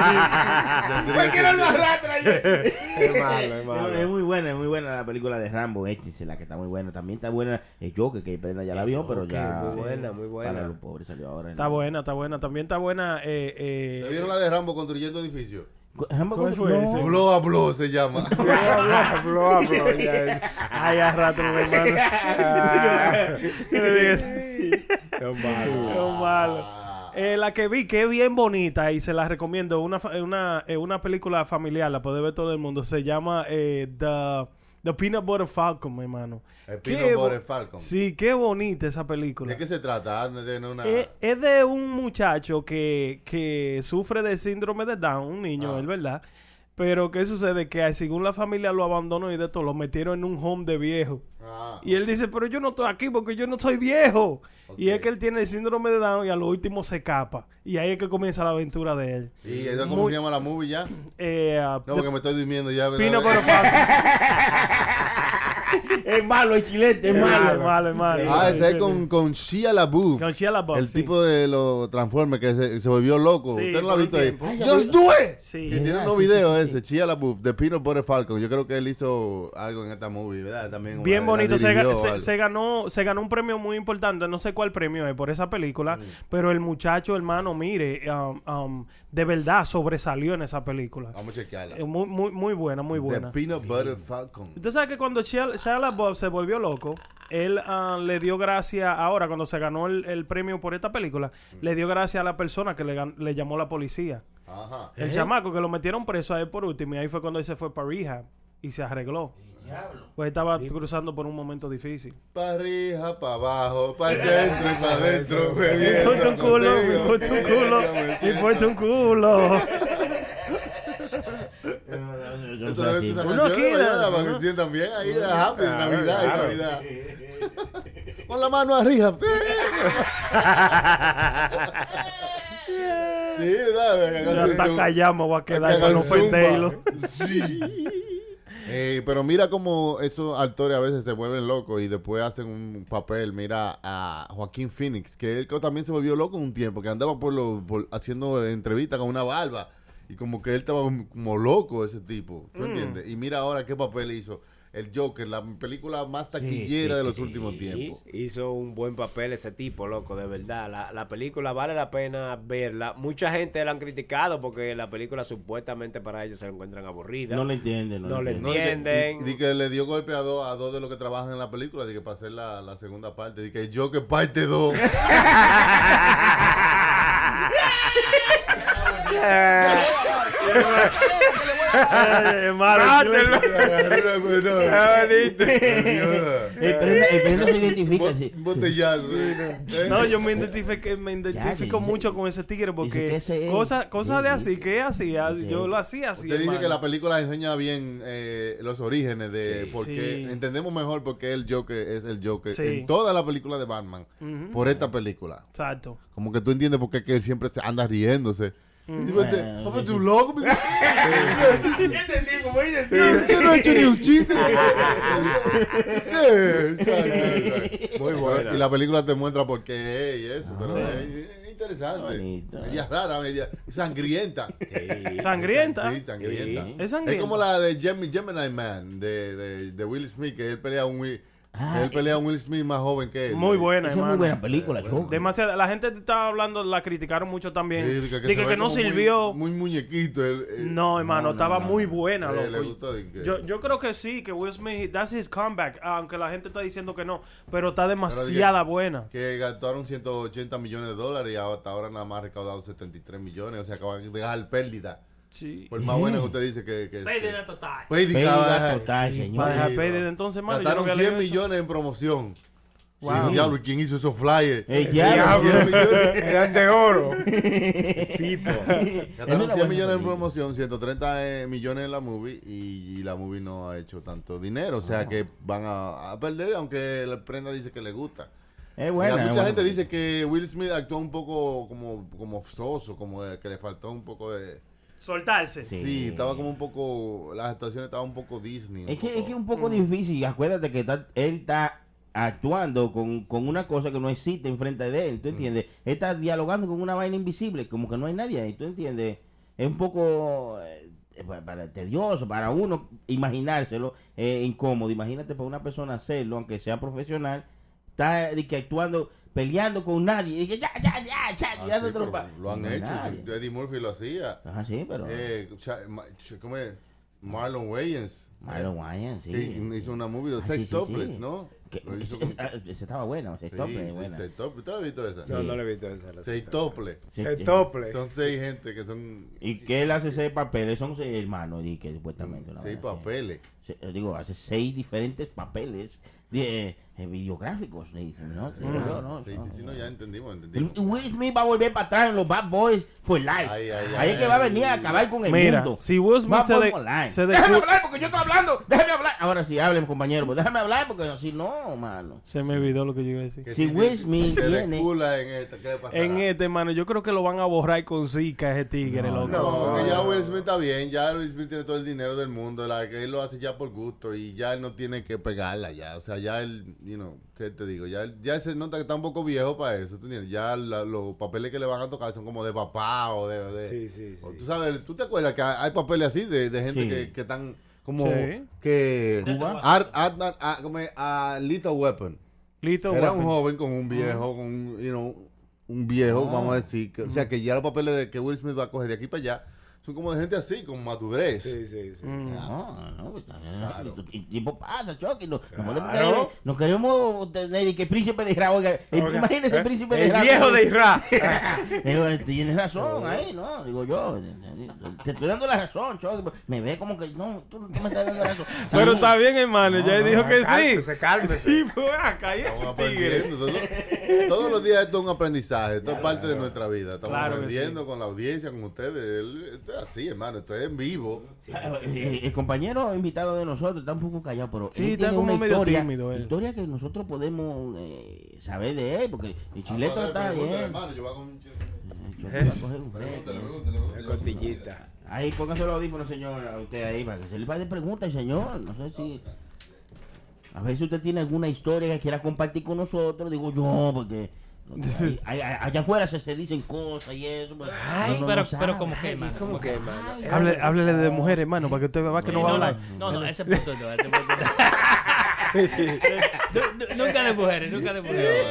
¿verdad?
¿Por qué no lo arrastra? oye?
Es malo, es
No, Es
malo.
muy buena, es muy buena la película de Rambo, échense la que está muy buena. También está buena el Joker, que Brenda ya la vio, pero
Joker,
ya.
muy buena, muy buena.
Para los pobres salió ahora. en-
Está buena, está buena. También está buena. eh, eh,
¿Te vieron la de Rambo construyendo edificios?
Rambo
¿Cuál
¿cómo
fue ese?
Blow a Blow se llama.
Hablo, hablo, ya.
Ay, a rato, mi hermano. Yo le dije,
Es malo.
"Qué malo".
Ah.
Eh, la que vi, que es bien bonita y se la recomiendo. Una, fa- una, eh, una película familiar, la puede ver todo el mundo. Se llama eh, The, The Peanut Butter Falcon, mi hermano.
El
Qué
Peanut
bo-
Butter Falcon.
Sí, qué bonita esa película.
¿De qué se trata? Ah, De una...
Eh, es de un muchacho que, que sufre de síndrome de Down, un niño,
Ah.
es verdad. Pero ¿qué sucede? Que según la familia lo abandonó y de todo, lo metieron en un home de viejo.
Ah.
Y él dice, pero yo no estoy aquí porque yo no soy viejo. Y es que él tiene el síndrome de Down y a lo último se escapa. Y ahí es que comienza la aventura de él.
¿Y eso cómo
Muy-
se llama la movie ya?
Eh, ah, de-
No, porque me estoy durmiendo ya. eh. ¿verdad?
Pino pero fácil.
Es malo el chilete, es
Es malo,
malo.
es malo, es malo.
Ah, ese es
Sí,
con, con Shia LaBeouf.
Con Shia LaBeouf,
El
sí.
tipo de los Transformers que se, se volvió loco.
Sí,
Usted no lo ha
por un
visto ahí.
tiempo.
¡Just do it!
Sí.
Y tiene unos videos ese, Chia LaBeouf, de Peanut Butter Falcon. Yo creo que él hizo algo en esta movie, ¿verdad? También
Bien
una- la
bonito, se, ga-
dirigió o
se-
algo.
se ganó, se ganó un premio muy importante, no sé cuál premio es por esa película, pero el muchacho, hermano, mire, um, um, de verdad sobresalió en esa película.
Vamos a chequearla.
Eh, Muy, muy, muy buena, muy
The
buena.
Peanut Butter Falcon.
Usted sabe que cuando Shia, Shia LaBeouf se volvió loco, él ah, le dio gracia, ahora cuando se ganó el, el premio por esta película, le dio gracia a la persona que le, gan- le llamó la policía.
Ajá.
El chamaco que lo metieron preso a él por último y ahí fue cuando él se fue para rehab y se arregló. Pues estaba cruzando por un momento difícil.
Pa' arriba, pa' abajo, pa' dentro y pa' adentro.
Me importa un culo, me importa un culo, me importa un culo.
Eso no es una
Uno
canción,
aquí,
¿verdad?
¿no?
Para que se sientan bien ahí de happy, de Navidad, de Navidad. Con la mano arriba. sí, ¿verdad? Que
Ya
hagan
está
su-
callado, me voy a
que
quedar para
hagan
no
zumba.
ofenderlo.
Sí. Eh, pero mira cómo esos actores a veces se vuelven locos y después hacen un papel. Mira a Joaquín Phoenix, que él co- también se volvió loco un tiempo, que andaba por lo, por- haciendo entrevistas con una barba. Y como que él estaba como- como loco ese tipo, ¿tú entiendes? Y mira ahora qué papel hizo. El Joker, la película más taquillera de los últimos tiempos.
Hizo un buen papel ese tipo, loco, de verdad. La, la película vale la pena verla. Mucha gente la han criticado porque la película supuestamente para ellos se la encuentran aburrida. Eh,
No le entienden.
No le
No, y que-
entienden.
Y, y que le dio golpe a dos, a dos de los que trabajan en la película, de que para hacer la, la segunda parte, de que el Joker parte dos.
Eh, hermano,
Agarró una
Ah,
menor. Señora.
Eh, El prenda, el prenda se identifica
Bo-
así.
Botellazo. ¿Eh?
No, yo me identifico, me identifico
dice-
mucho con ese
dice que
tigre porque
ese es.
cosas cosas de así
Dice-
que hacía, yo lo hacía así.
Usted dice que la
hermano.
película enseña bien eh, los orígenes de por qué.
Sí.
Entendemos mejor por qué el Joker es el Joker
Sí.
en toda la película de Batman. Por esta película.
Exacto.
Como que tú entiendes por qué que él siempre se anda riéndose. Y dice, "Vete,
Bueno,
papá,
sí,
tú
sí.
loco. me dice. Yo no he hecho ni un chiste. ¿Qué? Exacto, exacto.
Muy buena.
Y la película te muestra por qué y eso. Pero es, es interesante.
Bonito.
Media rara, media sangrienta.
Sí.
Sangrienta.
Sí, sangrienta.
Sí.
Es sangrienta.
como la de Gem- Gemini Man, de, de, de Will Smith, que él pelea a un Will,
Ah,
que él pelea a un Will Smith más joven que él.
Muy buena,
Esa es muy
hermano.
buena película, choco.
Demasiada. La gente estaba hablando, la criticaron mucho
Sí,
también.
dice
Dije
se
que,
ve
no
como muy-
sirvió.
Muy, muñequito. él, él-
no, hermano, estaba muy buena,
Eh, le
loco.
gustó, dice que-
Yo, yo creo que sí, que Will Smith, that's his comeback, aunque la gente está diciendo que no, pero está
Pero
demasiada
dije-
buena.
Que gastaron 180 millones de dólares y hasta ahora nada más recaudaron 73 millones. O sea, acaban de dejar pérdida.
Sí.
Por más buena que usted dice que. que
Pérdida total.
Pérdida,
Pérdida
va.
total, señor.
Para
Sí,
dejar
no.
pérdida, entonces, hermano, yo no voy a
Gastaron
leer
100
eso.
millones en promoción.
Wow.
Sí, diablo, ¿y quién hizo esos flyers?
El diablo.
100 millones.
Eran de oro.
Esa
Gastaron
es la
100
buena
millones en
película.
promoción, 130 eh, millones en la movie y, y la movie no ha hecho tanto dinero. O sea que van a, a perder, aunque la prenda dice que le gusta.
Es buena.
Mira,
es
mucha
buena.
gente dice que Will Smith actuó un poco como, como soso, como de- que le faltó un poco de...
Soltarse.
Sí,
Sí.
estaba como un poco... Las actuaciones estaban un poco Disney. un
Es que
poco-
es que es un poco difícil. Acuérdate que está- él está actuando con, con una cosa que no existe enfrente de él. ¿Tú entiendes? Él está dialogando con una vaina invisible, como que no hay nadie ahí. ¿Tú entiendes? Es un poco eh, pa- para- tedioso para uno imaginárselo, eh, incómodo. Imagínate para una persona hacerlo, aunque sea profesional, está de que actuando peleando con nadie y que ya ya ya ya
Ah,
tirando
sí, pero
tropa.
Lo han
No hay
hecho.
nadie.
Eddie Murphy lo hacía.
Ajá, sí, pero
Eh, cha- ma- ch- ¿Cómo es? Marlon Wayans. Eh,
Marlon Wayans, sí.
Que hizo una movie de
Ah,
Sex
sí, sí, sí.
Topless, ¿no?
Que-
Lo
que
hizo
se-
con-
ah, esa estaba buena, se
Sí,
tople,
sí,
buena.
Sex Topless. ¿Tú has visto esa?
No, no le he visto esa. la
Sex
cita.
Topless.
Sí,
Se
sí.
tople.
Son seis gente que son...
Y que él hace ese papel, son seis hermanos, di que supuestamente. una
Seis
vaina así.
papeles.
se- eh, digo, hace seis diferentes papeles de, eh, videográficos, le dicen, ¿no? Sí, Ah, no, no,
sí,
no.
sí, sí, no, ya entendimos, entendimos.
Y Will Smith va a volver para atrás en los Bad Boys for Life.
Ay,
Ahí,
ay,
es que va a venir a
ay.
acabar con el
Mira,
mundo.
si Will Smith
Bad
se,
Boys
de-
for Life.
se
déjame
decu-
hablar porque yo estoy hablando. Déjame hablar. Ahora sí, hablen, compañero. pues, Déjame hablar porque así no, mano.
Se me olvidó lo que yo iba a decir.
Que
si Will Smith
se
viene-
descula en esta, ¿qué le pasará?
En este, mano, yo creo que lo van a borrar con zika ese tigre, loco.
No, que ya Will Smith está bien, ya Will Smith tiene todo el dinero del mundo, la que él lo hace ya por gusto y ya él no tiene que pegarla ya, o sea, ya él, you know, ¿qué te digo? Ya, él- ya se nota que está un poco viejo para eso, ¿tú ¿entiendes? Ya la- los papeles que le van a tocar son como de papá o de... de-
Sí, sí, sí.
o tú sabes, tú te acuerdas que hay hay papeles así de, de gente
Sí.
que, que están como...
Sí.
que...
Cuba.
Art- Art- Art- ah, ¿cómo es? Ah, Lethal Weapon.
Lethal
Era
Weapon.
un joven con un viejo, con un, you know, un viejo, vamos a decir. que- o sea, que ya los papeles de que Will Smith va a coger de aquí para allá son como de gente así, con madurez.
Sí, sí,
Mm.
sí.
Mm.
No, no, pues, el tiempo pasa, Chucky. No, no queremos, no queremos tener y que el príncipe de Israel. oiga, el-
Oiga,
¿eh?
imagínese el príncipe de
el
Israel.
viejo de Israel.
Digo, tienes razón ahí, ¿no? Digo yo, te estoy dando la razón, Chucky. pues, Me ve como que no, tú no me estás dando la razón.
Pero
Sí.
está bien, hermano, ya dijo que sí.
Cálmese, cálmese.
Sí, pues acá y este
Estamos
tigre.
aprendiendo. Todos, todos los días esto es un aprendizaje, esto es parte de nuestra vida. Estamos
Claro que
aprendiendo con la audiencia, con ustedes. Él- Esto es así, hermano, esto es en vivo.
El, eh, el compañero invitado de nosotros está un poco callado, pero
Sí,
él
está
tiene
como
una
medio
historia,
tímido él.
historia que nosotros podemos eh, saber de él, porque el chileto
Ahora,
está
Ah, pregúntale,
bien.
hermano, yo voy a comer un chile.
Chucky va a coger un break.
Pregúntale, pregúntale, pregúntale.
La costillita.
Ahí, póngase los audífonos, señor, a usted ahí, para que se le vaya de preguntas, señor. No sé si. A ver si usted tiene alguna historia que quiera compartir con nosotros. Digo yo, porque. ahí- ahí- ahí- allá afuera se, se dicen cosas y eso. Pero,
Ay,
uno no
pero,
sabe.
pero como que, hermano.
¿Cómo que, hermano?
Hable- háblele de mujeres, hermano, para que usted vea que no va a
no,
hablar.
no, no, ese punto no, ese punto no. Nu- nu- nunca de mujeres, nunca de mujeres.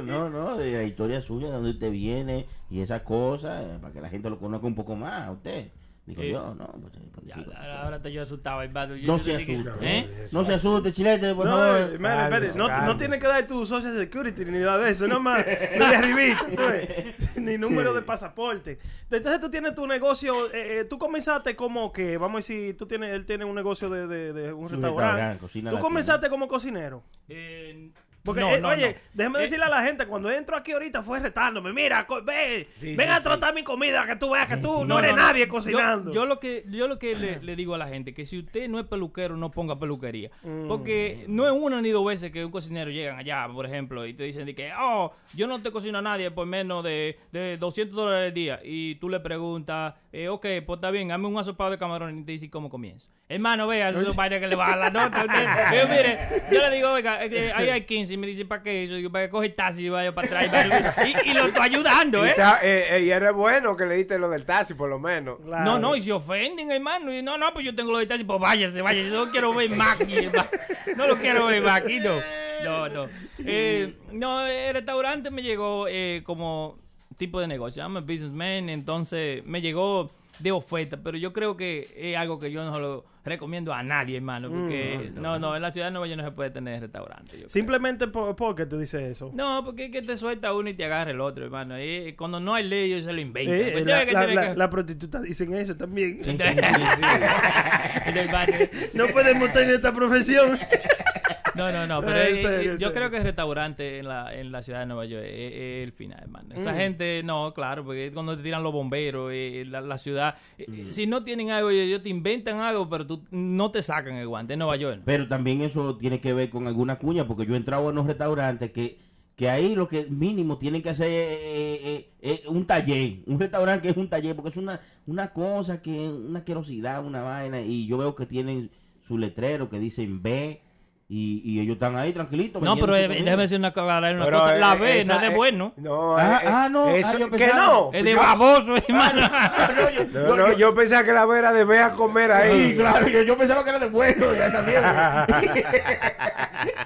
No, no, de la historia suya, de dónde usted viene y esas cosas, eh, para que la gente lo conozca un poco más a usted. Digo
Sí.
yo, no. Pues, eh, porque
Ya,
digo-
ahora, ahora estoy yo asustado, hermano. Yo-
no
yo
se
te dije-
asuste.
¿Eh?
No se asuste, chilete, por
No, eh,
favor.
hermano, espérate, no,
Cálmese,
no tiene que dar tu social security ni nada de eso, no más, ni arribita, tú ves, ni número de pasaporte. Entonces tú tienes tu negocio, eh, eh, tú comenzaste como que, vamos a decir, tú tienes, él tiene un negocio de, de- de un
restaurante,
restaurante,
cocina
tú
latina.
comenzaste como cocinero.
Eh,
Porque,
no,
eh,
no,
oye,
no.
déjame
Eh,
decirle a la gente, cuando entro aquí ahorita fue retándome, mira, co- ve,
Sí,
ven
sí,
a
sí.
tratar mi comida, que tú veas que tú no,
no,
eres
no, no.
nadie
Yo-
cocinando.
Yo, lo que, yo lo que le, le digo a la gente, que si usted no es peluquero, no ponga peluquería.
Mm.
Porque no es una ni dos veces que un cocinero llegan allá, por ejemplo, y te dicen de que, oh, yo no te cocino a nadie por menos de, de 200 dólares al día. Y tú le preguntas, eh, ok, pues está bien, hazme un asopado de camarón y te dice cómo comienzo. Hermano, vea, eso es vaina que le va a la nota. a usted. Yo, mire, yo le digo, oiga, eh, eh, ahí hay 15 y me dice, ¿para qué? Y Yo digo, para que coge taxi y vaya para atrás. Y, y lo estoy ayudando,
Y
¿eh?
está- eh, eh, y era bueno que le diste lo del taxi, por lo menos.
No, no, y se ofenden, hermano. Y no, no, pues yo tengo los detalles, pues váyase, váyase. Yo no quiero ver más aquí. hermano. No lo quiero ver más aquí, no. No, no. Eh, no, el restaurante me llegó eh, como tipo de negocio. I'm a businessman, entonces me llegó de oferta, pero yo creo que es algo que yo no lo recomiendo a nadie,
Mm,
hermano, porque no, no, en la ciudad de Nueva York no se puede tener restaurante. yo creo.
Simplemente por, porque tú dices eso.
No, porque es que te suelta uno y te agarra el otro, hermano. Y cuando no hay ley, ellos se lo inventan.
Eh,
Pues,
la,
¿sabes qué
la-
tiene
la-
que-
las prostitutas dicen eso también.
El hermano.
No podemos tener esta profesión.
No, no, no, pero
En
eh,
serio,
eh,
en
yo
serio.
creo que el restaurante en la, en la ciudad de Nueva York es, es el final, hermano. Esa gente, no, claro, porque es cuando te tiran los bomberos, eh, la, la ciudad, eh, si no tienen algo, ellos ellos te inventan algo, pero tú no te sacan el guante en Nueva York. ¿no?
Pero también eso tiene que ver con alguna cuña, porque yo he entrado a unos restaurantes que, que ahí lo que mínimo tienen que hacer eh, es, es- es- es eh, un taller, un restaurante que es un taller, porque es una, una cosa que es una asquerosidad, una vaina, y yo veo que tienen su letrero que dicen B, y, y ellos están ahí tranquilitos.
No,
vendiendo
pero
su
eh,
comida.
déjame decir una, aclarar una
Pero,
cosa, la
eh,
B
esa
no es de
es-
bueno,
No,
Ah,
eh,
ah, no,
eso-
ah, yo
que
pensaba.
no.
es de baboso, hermano.
No, no, yo pensaba que la vera de ve a comer ahí.
Sí, claro, yo, yo pensaba que era de bueno, ya también.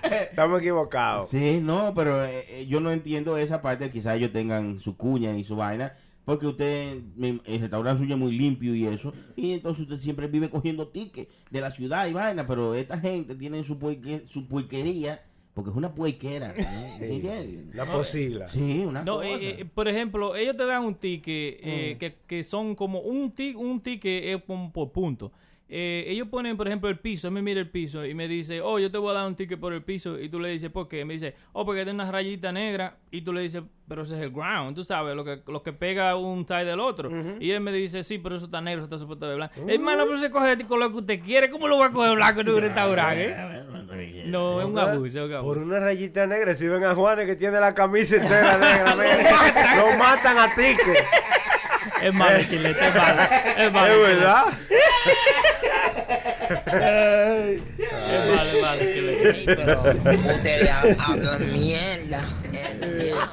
Estamos equivocados.
Sí, no, pero eh, eh, yo no entiendo esa parte. Quizás ellos tengan su cuña y su vaina. Porque usted, me- el restaurante suyo es muy limpio y eso. Y entonces usted siempre vive cogiendo tickets de la ciudad y vaina. Pero esta gente tiene su, puerque- su puerquería. Porque es una puerquera. ¿no? ¿Entiendes?
La posila.
Sí, una
No,
cosa.
eh, eh, por ejemplo, ellos
Mm.
te dan un ticket eh, que, que son como un ticket, un ticket es como por punto. eh, ellos ponen, por ejemplo, el piso, él me mira el piso y me dice, oh, yo te voy a dar un ticket por el piso y tú le dices, ¿por qué? Me dice, oh, porque tiene una rayita negra y tú le dices, pero ese es el ground, tú sabes, lo que, lo que pega un tie del otro. Y él me dice, sí, pero eso está negro, eso está supuesto de
Uh.
blanco. Hermano, pero se coge el color que usted quiere, ¿cómo lo va a coger blanco en un restaurante? eh? No, es un abuso, es un
Por
abuso.
una rayita negra, si ven a Juanes que tiene la camisa entera negra, mira, lo matan a tique.
Es malo, chilete, es malo. Es malo,
Es
Chilete.
verdad.
Es malo, es malo, chilete.
Sí, pero ustedes ha- hablan mierda. El diablo.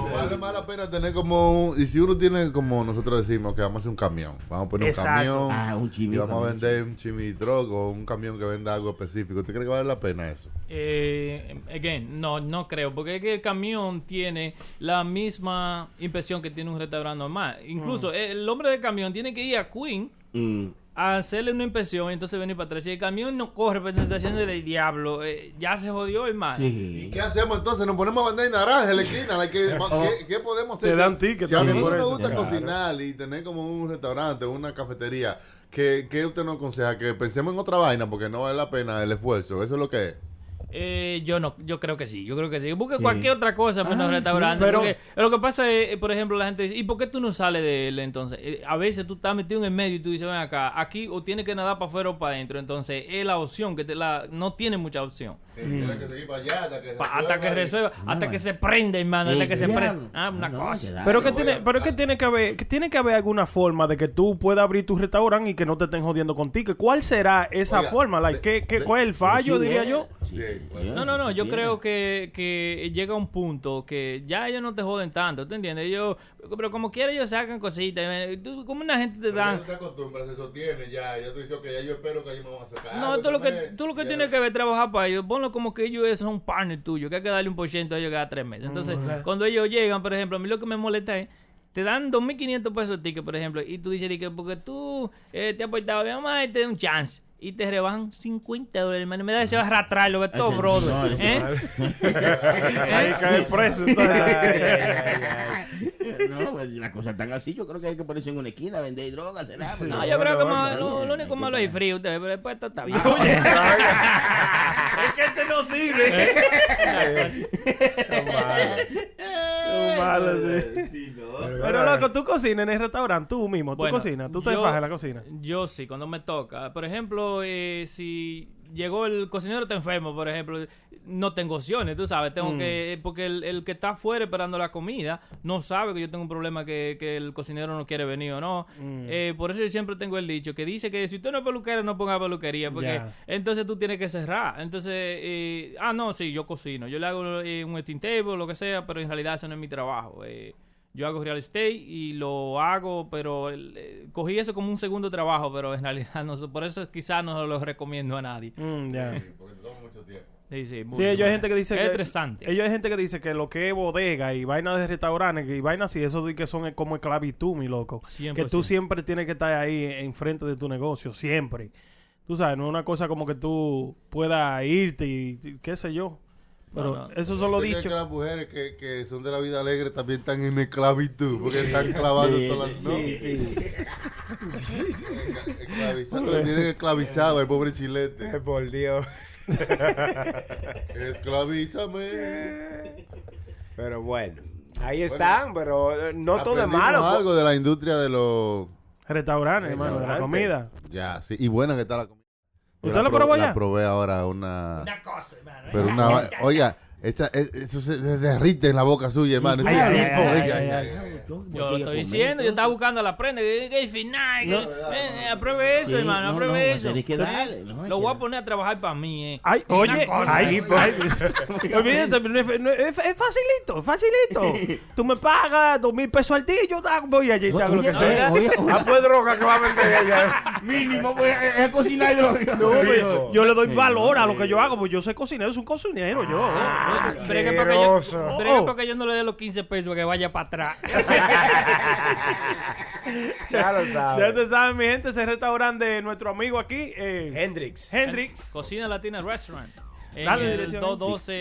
No, Vale más la pena tener como un, y si uno tiene como nosotros decimos que vamos a hacer un camión, vamos a poner
Exacto.
un camión
Ah, un chimi,
y vamos a
también.
vender un chimitroco o un camión que venda algo específico. ¿Usted cree que vale la pena eso?
Eh, again, no, no creo, porque es que el camión tiene la misma impresión que tiene un restaurante normal. Incluso eh, el hombre del camión tiene que ir a Queen
Mm.
a hacerle una inspección y entonces venir para atrás. Si el camión no corre pues, presentaciones del diablo, eh, ya se jodió, hermano.
Sí. Eh,
¿Qué hacemos entonces? Nos ponemos a vender naranja en la esquina. Like, ¿qué, qué- qué podemos hacer?
Te dan ticket
Si a mí
también
no
por
me
eso,
gusta
claro.
cocinar y tener como un restaurante, una cafetería, ¿qué, qué usted nos aconseja? Que pensemos en otra vaina porque no vale la pena el esfuerzo. Eso es lo que es.
Eh, yo no, yo creo que sí, yo creo que sí. Busca cualquier otra cosa
Ah,
menos restaurante.
pero-
porque lo que pasa es, eh, por ejemplo, la gente dice, ¿y por qué tú no sales de él entonces? Eh, a veces tú estás metido en el medio y tú dices, ven acá, aquí o tienes que nadar para afuera o para adentro. Entonces es la opción que te la, no tiene mucha opción.
Mm.
Eh, Tiene que seguir para allá hasta que
Pa- hasta que
resuelva y-
resuelva, hasta que se prende, hermano, hasta
Eh,
que se
diablo.
prende. Ah, una
eh. No,
cosa.
que da-
Pero que
yo voy
tiene,
a-
pero que tiene que haber, que tiene que haber alguna forma de que tú puedas abrir tu restaurante y que no te estén jodiendo contigo. ¿Cuál será esa
Oiga,
forma? Like,
de-
¿qué, qué,
de-
¿Cuál es el fallo, diría yo?
Sí, pues,
Sí,
bueno.
No, no, no, yo
Sí,
creo que, que llega un punto que ya ellos no te joden tanto, ¿te entiendes? Ellos, pero como quiera ellos sacan cositas, eh, tú- como una gente te
Pero ya
dan...
tú te acostumbras, se sostiene ya. Ya tú dices, ok, ya yo espero que ellos me van a sacar.
No,
algo,
tú lo que,
también.
tú lo que
Ah, Ya.
tienes que ver es trabajar para ellos. Ponlo como que ellos son un partner tuyo, que hay que darle un por ciento a ellos cada tres meses. Entonces, cuando ellos llegan, por ejemplo, a mí lo que me molesta es, te dan 2.500 pesos de ticket, por ejemplo, y tú dices, que porque tú eh, te has portado bien mal y te da un chance. Y te rebajan 50 dólares, hermano. Me da deseo de arrastrarlo, ve todo,
Ay,
brother.
no, no,
¿Eh?
Ahí cae el preso. entonces.
No, pues, las cosas están así. Yo creo que hay que ponerse en una esquina, vender drogas, será. pues,
No, yo creo que
bueno,
más-
bueno,
lo, lo
bueno,
único
hay que
malo es
parar.
frío, ustedes, pero después todo está bien.
Es que este no sirve. Es malo, sí.
Sí, no.
Pero loco, tú cocinas en el restaurante, tú mismo, tú
Bueno,
cocinas, tú te
yo-
fajas en la cocina.
Yo sí, cuando me toca. Por ejemplo, eh, si llegó el cocinero está enfermo, por ejemplo, no tengo opciones, tú sabes, tengo que... eh, Porque el, el que está afuera esperando la comida no sabe que yo tengo un problema que, que el cocinero no quiere venir o no. Eh, por eso yo siempre tengo el dicho que dice que si usted no es peluquero, no ponga peluquería, porque
Ya.
entonces tú tienes que cerrar. Entonces, eh, ah, no, sí, yo cocino, yo le hago eh, un steam table, lo que sea, pero en realidad eso no es mi trabajo. eh. Yo hago real estate y lo hago, pero el- eh, cogí eso como un segundo trabajo, pero en realidad no sé, por eso quizás no lo recomiendo a nadie.
Mm, ya.
Sí, Porque te toma mucho tiempo.
Sí, sí, mucho
Sí, ellos hay
más.
gente que dice
es
que.
estresante.
Ellos hay gente que dice que lo que es bodega y vainas de restaurantes y vainas y eso de que son como esclavitud, mi loco.
100%.
Que tú siempre tienes que estar ahí enfrente de tu negocio, siempre. Tú sabes, no es una cosa como que tú puedas irte y, y qué sé yo. Pero
No, no.
eso solo
Yo creo
dicho.
que las mujeres que, que son de la vida alegre también están en esclavitud, porque están clavando todas las... ¿no? Esclavizado, lo tienen esclavizado el pobre chilete.
Ay, Por Dios.
Esclavízame.
Pero bueno, ahí están, pero eh, no todo es
Aprendimos
malo.
pues.
po-
algo de la industria de los...
Restaurantes, hermano, de la comida.
Restaurante.
Ya, sí. Y buena que está la comida. Yo
¿Usted
la
lo
pro-
probó
La
allá?
probé ahora una...
Una cosa, hermano. ¿eh?
Pero
Ya,
una...
ya,
va-
ya, ya.
Oiga, esta- es- eso se, se derrite en la boca suya, hermano.
Ay,
Eso-
ay, ay,
Oiga,
ay,
ay,
ay,
ay, ay.
Yo lo estoy diciendo, yo estaba buscando la prenda, que que es final, que- ven, eh, apruebe eso, hermano, apruebe eso. Lo voy a poner a trabajar para mí, eh.
Ay,
Una
oye,
cosa,
ay,
hermano.
ay, olvídate, pero no es, no es- es facilito, es facilito. Tú me pagas dos mil pesos al día y yo te hago- voy allí y te hago lo que sea.
Ah, pues droga que va a vender ella.
Mínimo, pues, es es cocinar y droga.
No, pues,
Rico.
yo le doy valor a lo que yo hago, pues yo soy cocinero, soy un cocinero yo.
Pero es que para que yo-
asqueroso. Oh.
pero es que para que yo no le dé los 15 pesos que vaya para atrás.
Ya lo
Ya
sabes.
te saben, mi gente, ese restaurante de nuestro amigo aquí, eh,
Hendrix.
Hendrix.
Cocina Latina Restaurant. En
Dale
el
dirección.
212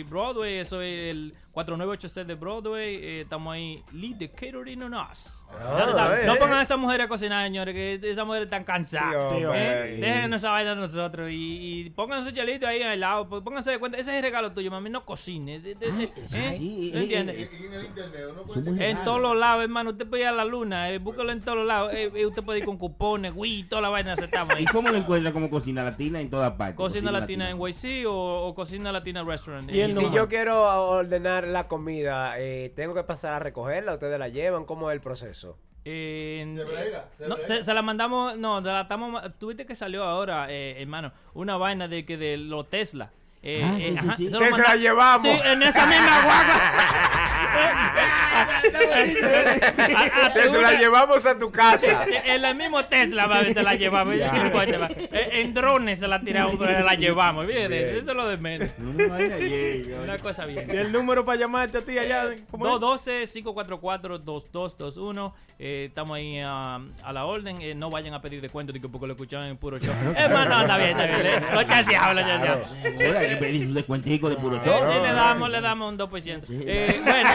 eh, Broadway, eso es el 4986 de Broadway. eh, estamos ahí. Lead the catering on us.
Ah,
Ya lo saben,
eh.
no pongan a esas mujeres a cocinar, señores, que esas mujeres están cansadas.
Sí,
¿eh?
hombre.
Déjenos esa vaina a nosotros y, y pongan su chelito ahí al lado. pues, Pónganse de cuenta. Ese es el regalo tuyo, mami. No cocine. de- de- de- ¿eh?
sí,
¿No
eh,
entiendes?
eh,
En el internet uno puede Ah,
Somos
En
raros.
todos los lados, hermano. Usted puede ir a la luna, eh, búscalo en todos los lados. eh, eh, usted puede ir con cupones, Wii, toda la vaina. Aceptamos ahí.
¿Y cómo lo encuentra como cocina latina en todas partes?
Cocina Latina en YC o, o Cocina Latina Restaurant.
Y el
Eh,
no-
Si yo quiero ordenar la comida, eh, tengo que pasar a recogerla, ustedes la llevan, ¿cómo es el proceso?
eh,
Se brega, se
no,
brega.
se, se la mandamos, no, la estamos, ma- tuviste que salió ahora, eh, hermano, una vaina de que de los Tesla. Eh,
Ah, sí,
eh,
sí,
ajá,
sí.
eso
Te
lo
se la
mandamos-
llevamos.
Sí, en esa misma guagua. Ah, ah,
Te se la
una-
llevamos a tu casa.
Te- En el mismo eh, Tesla va, se la llevamos. Eh, En drones se la tiramos, pero se la llevamos. Fíjate, eso es lo de menos. Una cosa bien.
Y el número para llamarte a ti allá. ¿cómo es?
212-544-2221. Eh, estamos ahí um, a la orden. Eh, no vayan a pedir descuento digo, porque lo escuchaban en puro show. Es más, no, está bien, está bien. eh. Lo chanceamos, lo chanceamos.
Ahora hay que pedir sus descuenticos de puro
Sí,
show.
sí, le damos, le damos un 2%. Eh, bueno,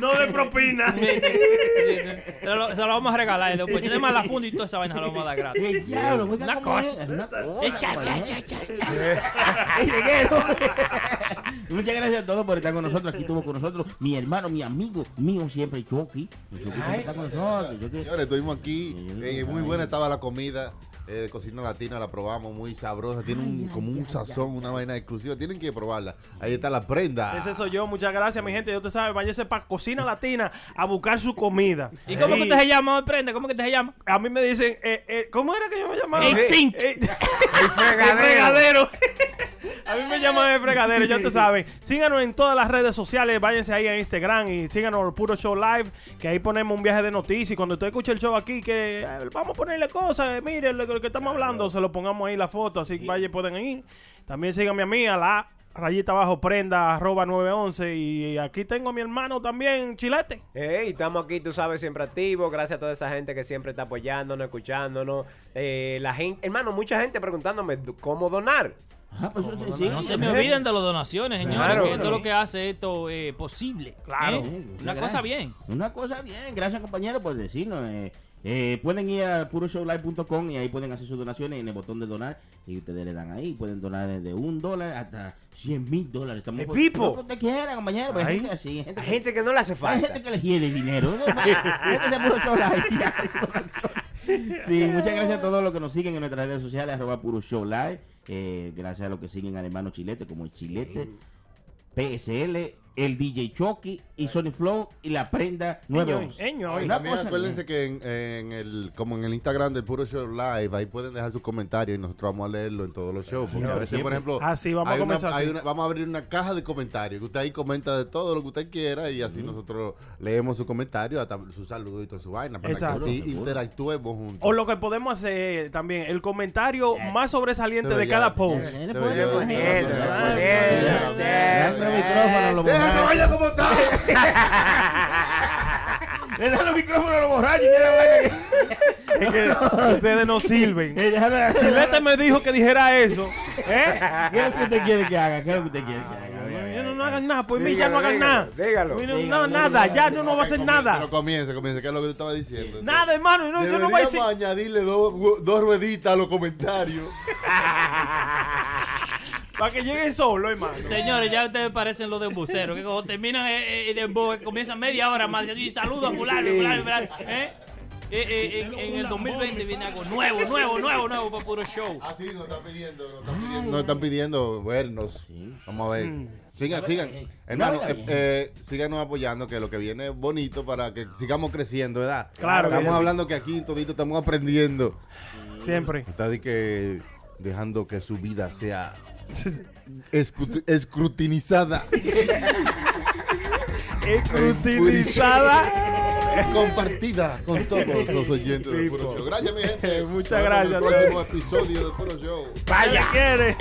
No de propina.
eh, eh, sí, sí, sí, sí. Se, lo, se lo vamos a regalar eh, el 2%. Es más, la funda y toda esa vaina se lo vamos a dar gratis.
Eh, diablo, oiga
Una
cómo
cosa.
es, una cosa,
Eh, cha, cha,
¿eh?
cha, cha.
Ey, reguero. Muchas gracias a todos por estar con nosotros. Aquí estuvo con nosotros mi hermano, mi amigo mío siempre, Chucky. Pues Chucky siempre está con nosotros. Chucky.
Señores, estuvimos aquí. eh, muy buena estaba la comida. eh, de cocina latina la probamos, muy sabrosa. Tiene un, como un sazón, una vaina exclusiva. Tienen que probarla. Ahí está la prenda.
Ese soy yo, muchas gracias, mi gente. Ya usted sabe, váyase para Cocina Latina a buscar su comida.
¿Y cómo que usted se llama? hoy, Prende, ¿cómo que usted se llama?
A mí me dicen, eh, eh, ¿cómo era que yo me llamaba?
El zinc.
Eh,
El
El
fregadero.
fregadero. A mí me llaman el fregadero, ya te saben. Síganos en todas las redes sociales, váyanse ahí a Instagram y síganos por Puro Show Live, que ahí ponemos un viaje de noticias. Y cuando usted escuche el show aquí, que eh, vamos a ponerle cosas, eh, miren lo, lo que estamos hablando, se lo pongamos ahí la foto, así que vayan, pueden ir. También síganme a mí, a la rayita abajo, prenda, arroba 911. Y aquí tengo a mi hermano también, Chilete.
Ey, estamos aquí, tú sabes, siempre activos. Gracias a toda esa gente que siempre está apoyándonos, escuchándonos. Eh, la gente, hermano, mucha gente preguntándome du- cómo donar.
Ah, pues eso sí, sí.
No se me olviden de las donaciones, señores.
Claro.
que esto es lo que hace esto eh, posible. Claro.
Sí, muchas
Una cosa
gracias.
bien.
Una cosa bien. Gracias, compañero, por decirnos. eh. Eh, pueden ir a puroshowlive.com y ahí pueden hacer sus donaciones en el botón de donar y ustedes le dan ahí. Pueden donar desde un dólar hasta 100 mil dólares. Estamos pues,
¡Eh, Pipo!
Lo que usted quiera, compañero. pues,
Ay.
gente así, gente
Hay
que-
gente que no le hace
Hay
falta.
gente que le quiere dinero. Métese a Puro Show Live y haga su donación. Sí, muchas gracias a todos los que nos siguen en nuestras redes sociales, arroba Puro Show Live. Eh, gracias a los que siguen al hermano Chilete, como el Chilete, PSL, el DJ Chucky y Sony Flow y la prenda nueva.
Eño,
Ay,
eño.
Una
también
cosa
acuérdense que en, en el, como en el Instagram del Puro Show Live, ahí pueden dejar sus comentarios y nosotros vamos a leerlo en todos los shows. Porque a veces, por ejemplo,
Ah, sí, vamos
hay
a
una-
comenzar
hay
así.
una- vamos a abrir una caja de comentarios. Que usted ahí comenta de todo lo que usted quiera y así nosotros leemos su comentario, hasta su saludo y toda su vaina. Para
Exacto.
que así interactuemos juntos.
O lo que podemos hacer también, el comentario más sobresaliente de
Debería-
cada post.
debería-
Ponelo,
debería-
ponelo,
debería-
ponelo,
debería-
Dame el micrófono, lo
Deja esa
borracho.
vaina como está.
Le dan los micrófonos a los borrachos. mira, vaya.
Es que ustedes no sirven.
Eh, déjame-
Chilete me dijo que dijera eso. ¿Eh?
¿Qué es lo que usted quiere que haga? ¿Qué es lo que usted quiere que haga? Vaya, vaya.
Yo no, no hagan nada, pues mí ya no hagan
Dígalo,
nada.
dígalo,
Pues no,
dígalo.
no, nada, ya no, no va a hacer
Ok,
nada.
Pero comienza, comienza, que es lo que tú estabas diciendo.
Nada, hermano, no, yo no voy a decir.
Deberíamos añadirle dos, dos rueditas a los comentarios.
Para que lleguen solo, hermano.
Señores, ya ustedes parecen los de buceros, que cuando terminan eh, eh, de bo- comienzan media hora más. Y saludos a fulano, fulano, fulano, ¿eh? Eh, eh, en, en el 2020 viene algo nuevo, nuevo, nuevo, nuevo para puro show.
Así Ah, nos están pidiendo, nos están pidiendo. Ah. Nos están pidiendo vernos. Vamos a ver.
Mm.
Sigan, sigan. Hermano,
No,
eh, eh, síganos apoyando, que lo que viene es bonito para que sigamos creciendo, ¿verdad?
Claro,
Estamos
bien.
hablando que aquí todito estamos aprendiendo.
Siempre.
Está de que dejando que su vida sea escrut- escrutinizada,
Escrutinizada.
compartida con todos los oyentes de Puro Show. Gracias, mi gente.
Muchas
Nos vemos
gracias.
En el próximo episodio de Puro Show.
Vaya. quiere.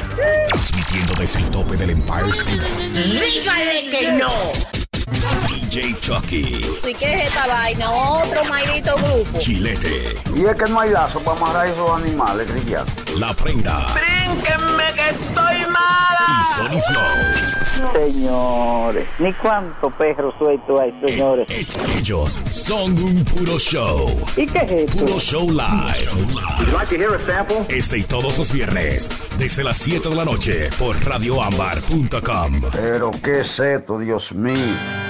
Transmitiendo desde el tope del Empire State.
Dígale que no.
DJ DJ Chucky,
¿Y qué es esta vaina? Otro maldito grupo.
Chilete,
Y es que no hay lazo para amarrar esos animales, Cristian.
La Prenda
¡Brínquenme que estoy mala!
y Sony Flow.
Señores, ni cuánto perro suelto hay, señores.
Eh, Ellos son un puro show.
¿Y qué es esto?
Puro Show Live. Este y todos los viernes, desde las 7 de la noche, por radioambar.com.
Pero qué es esto, Dios mío.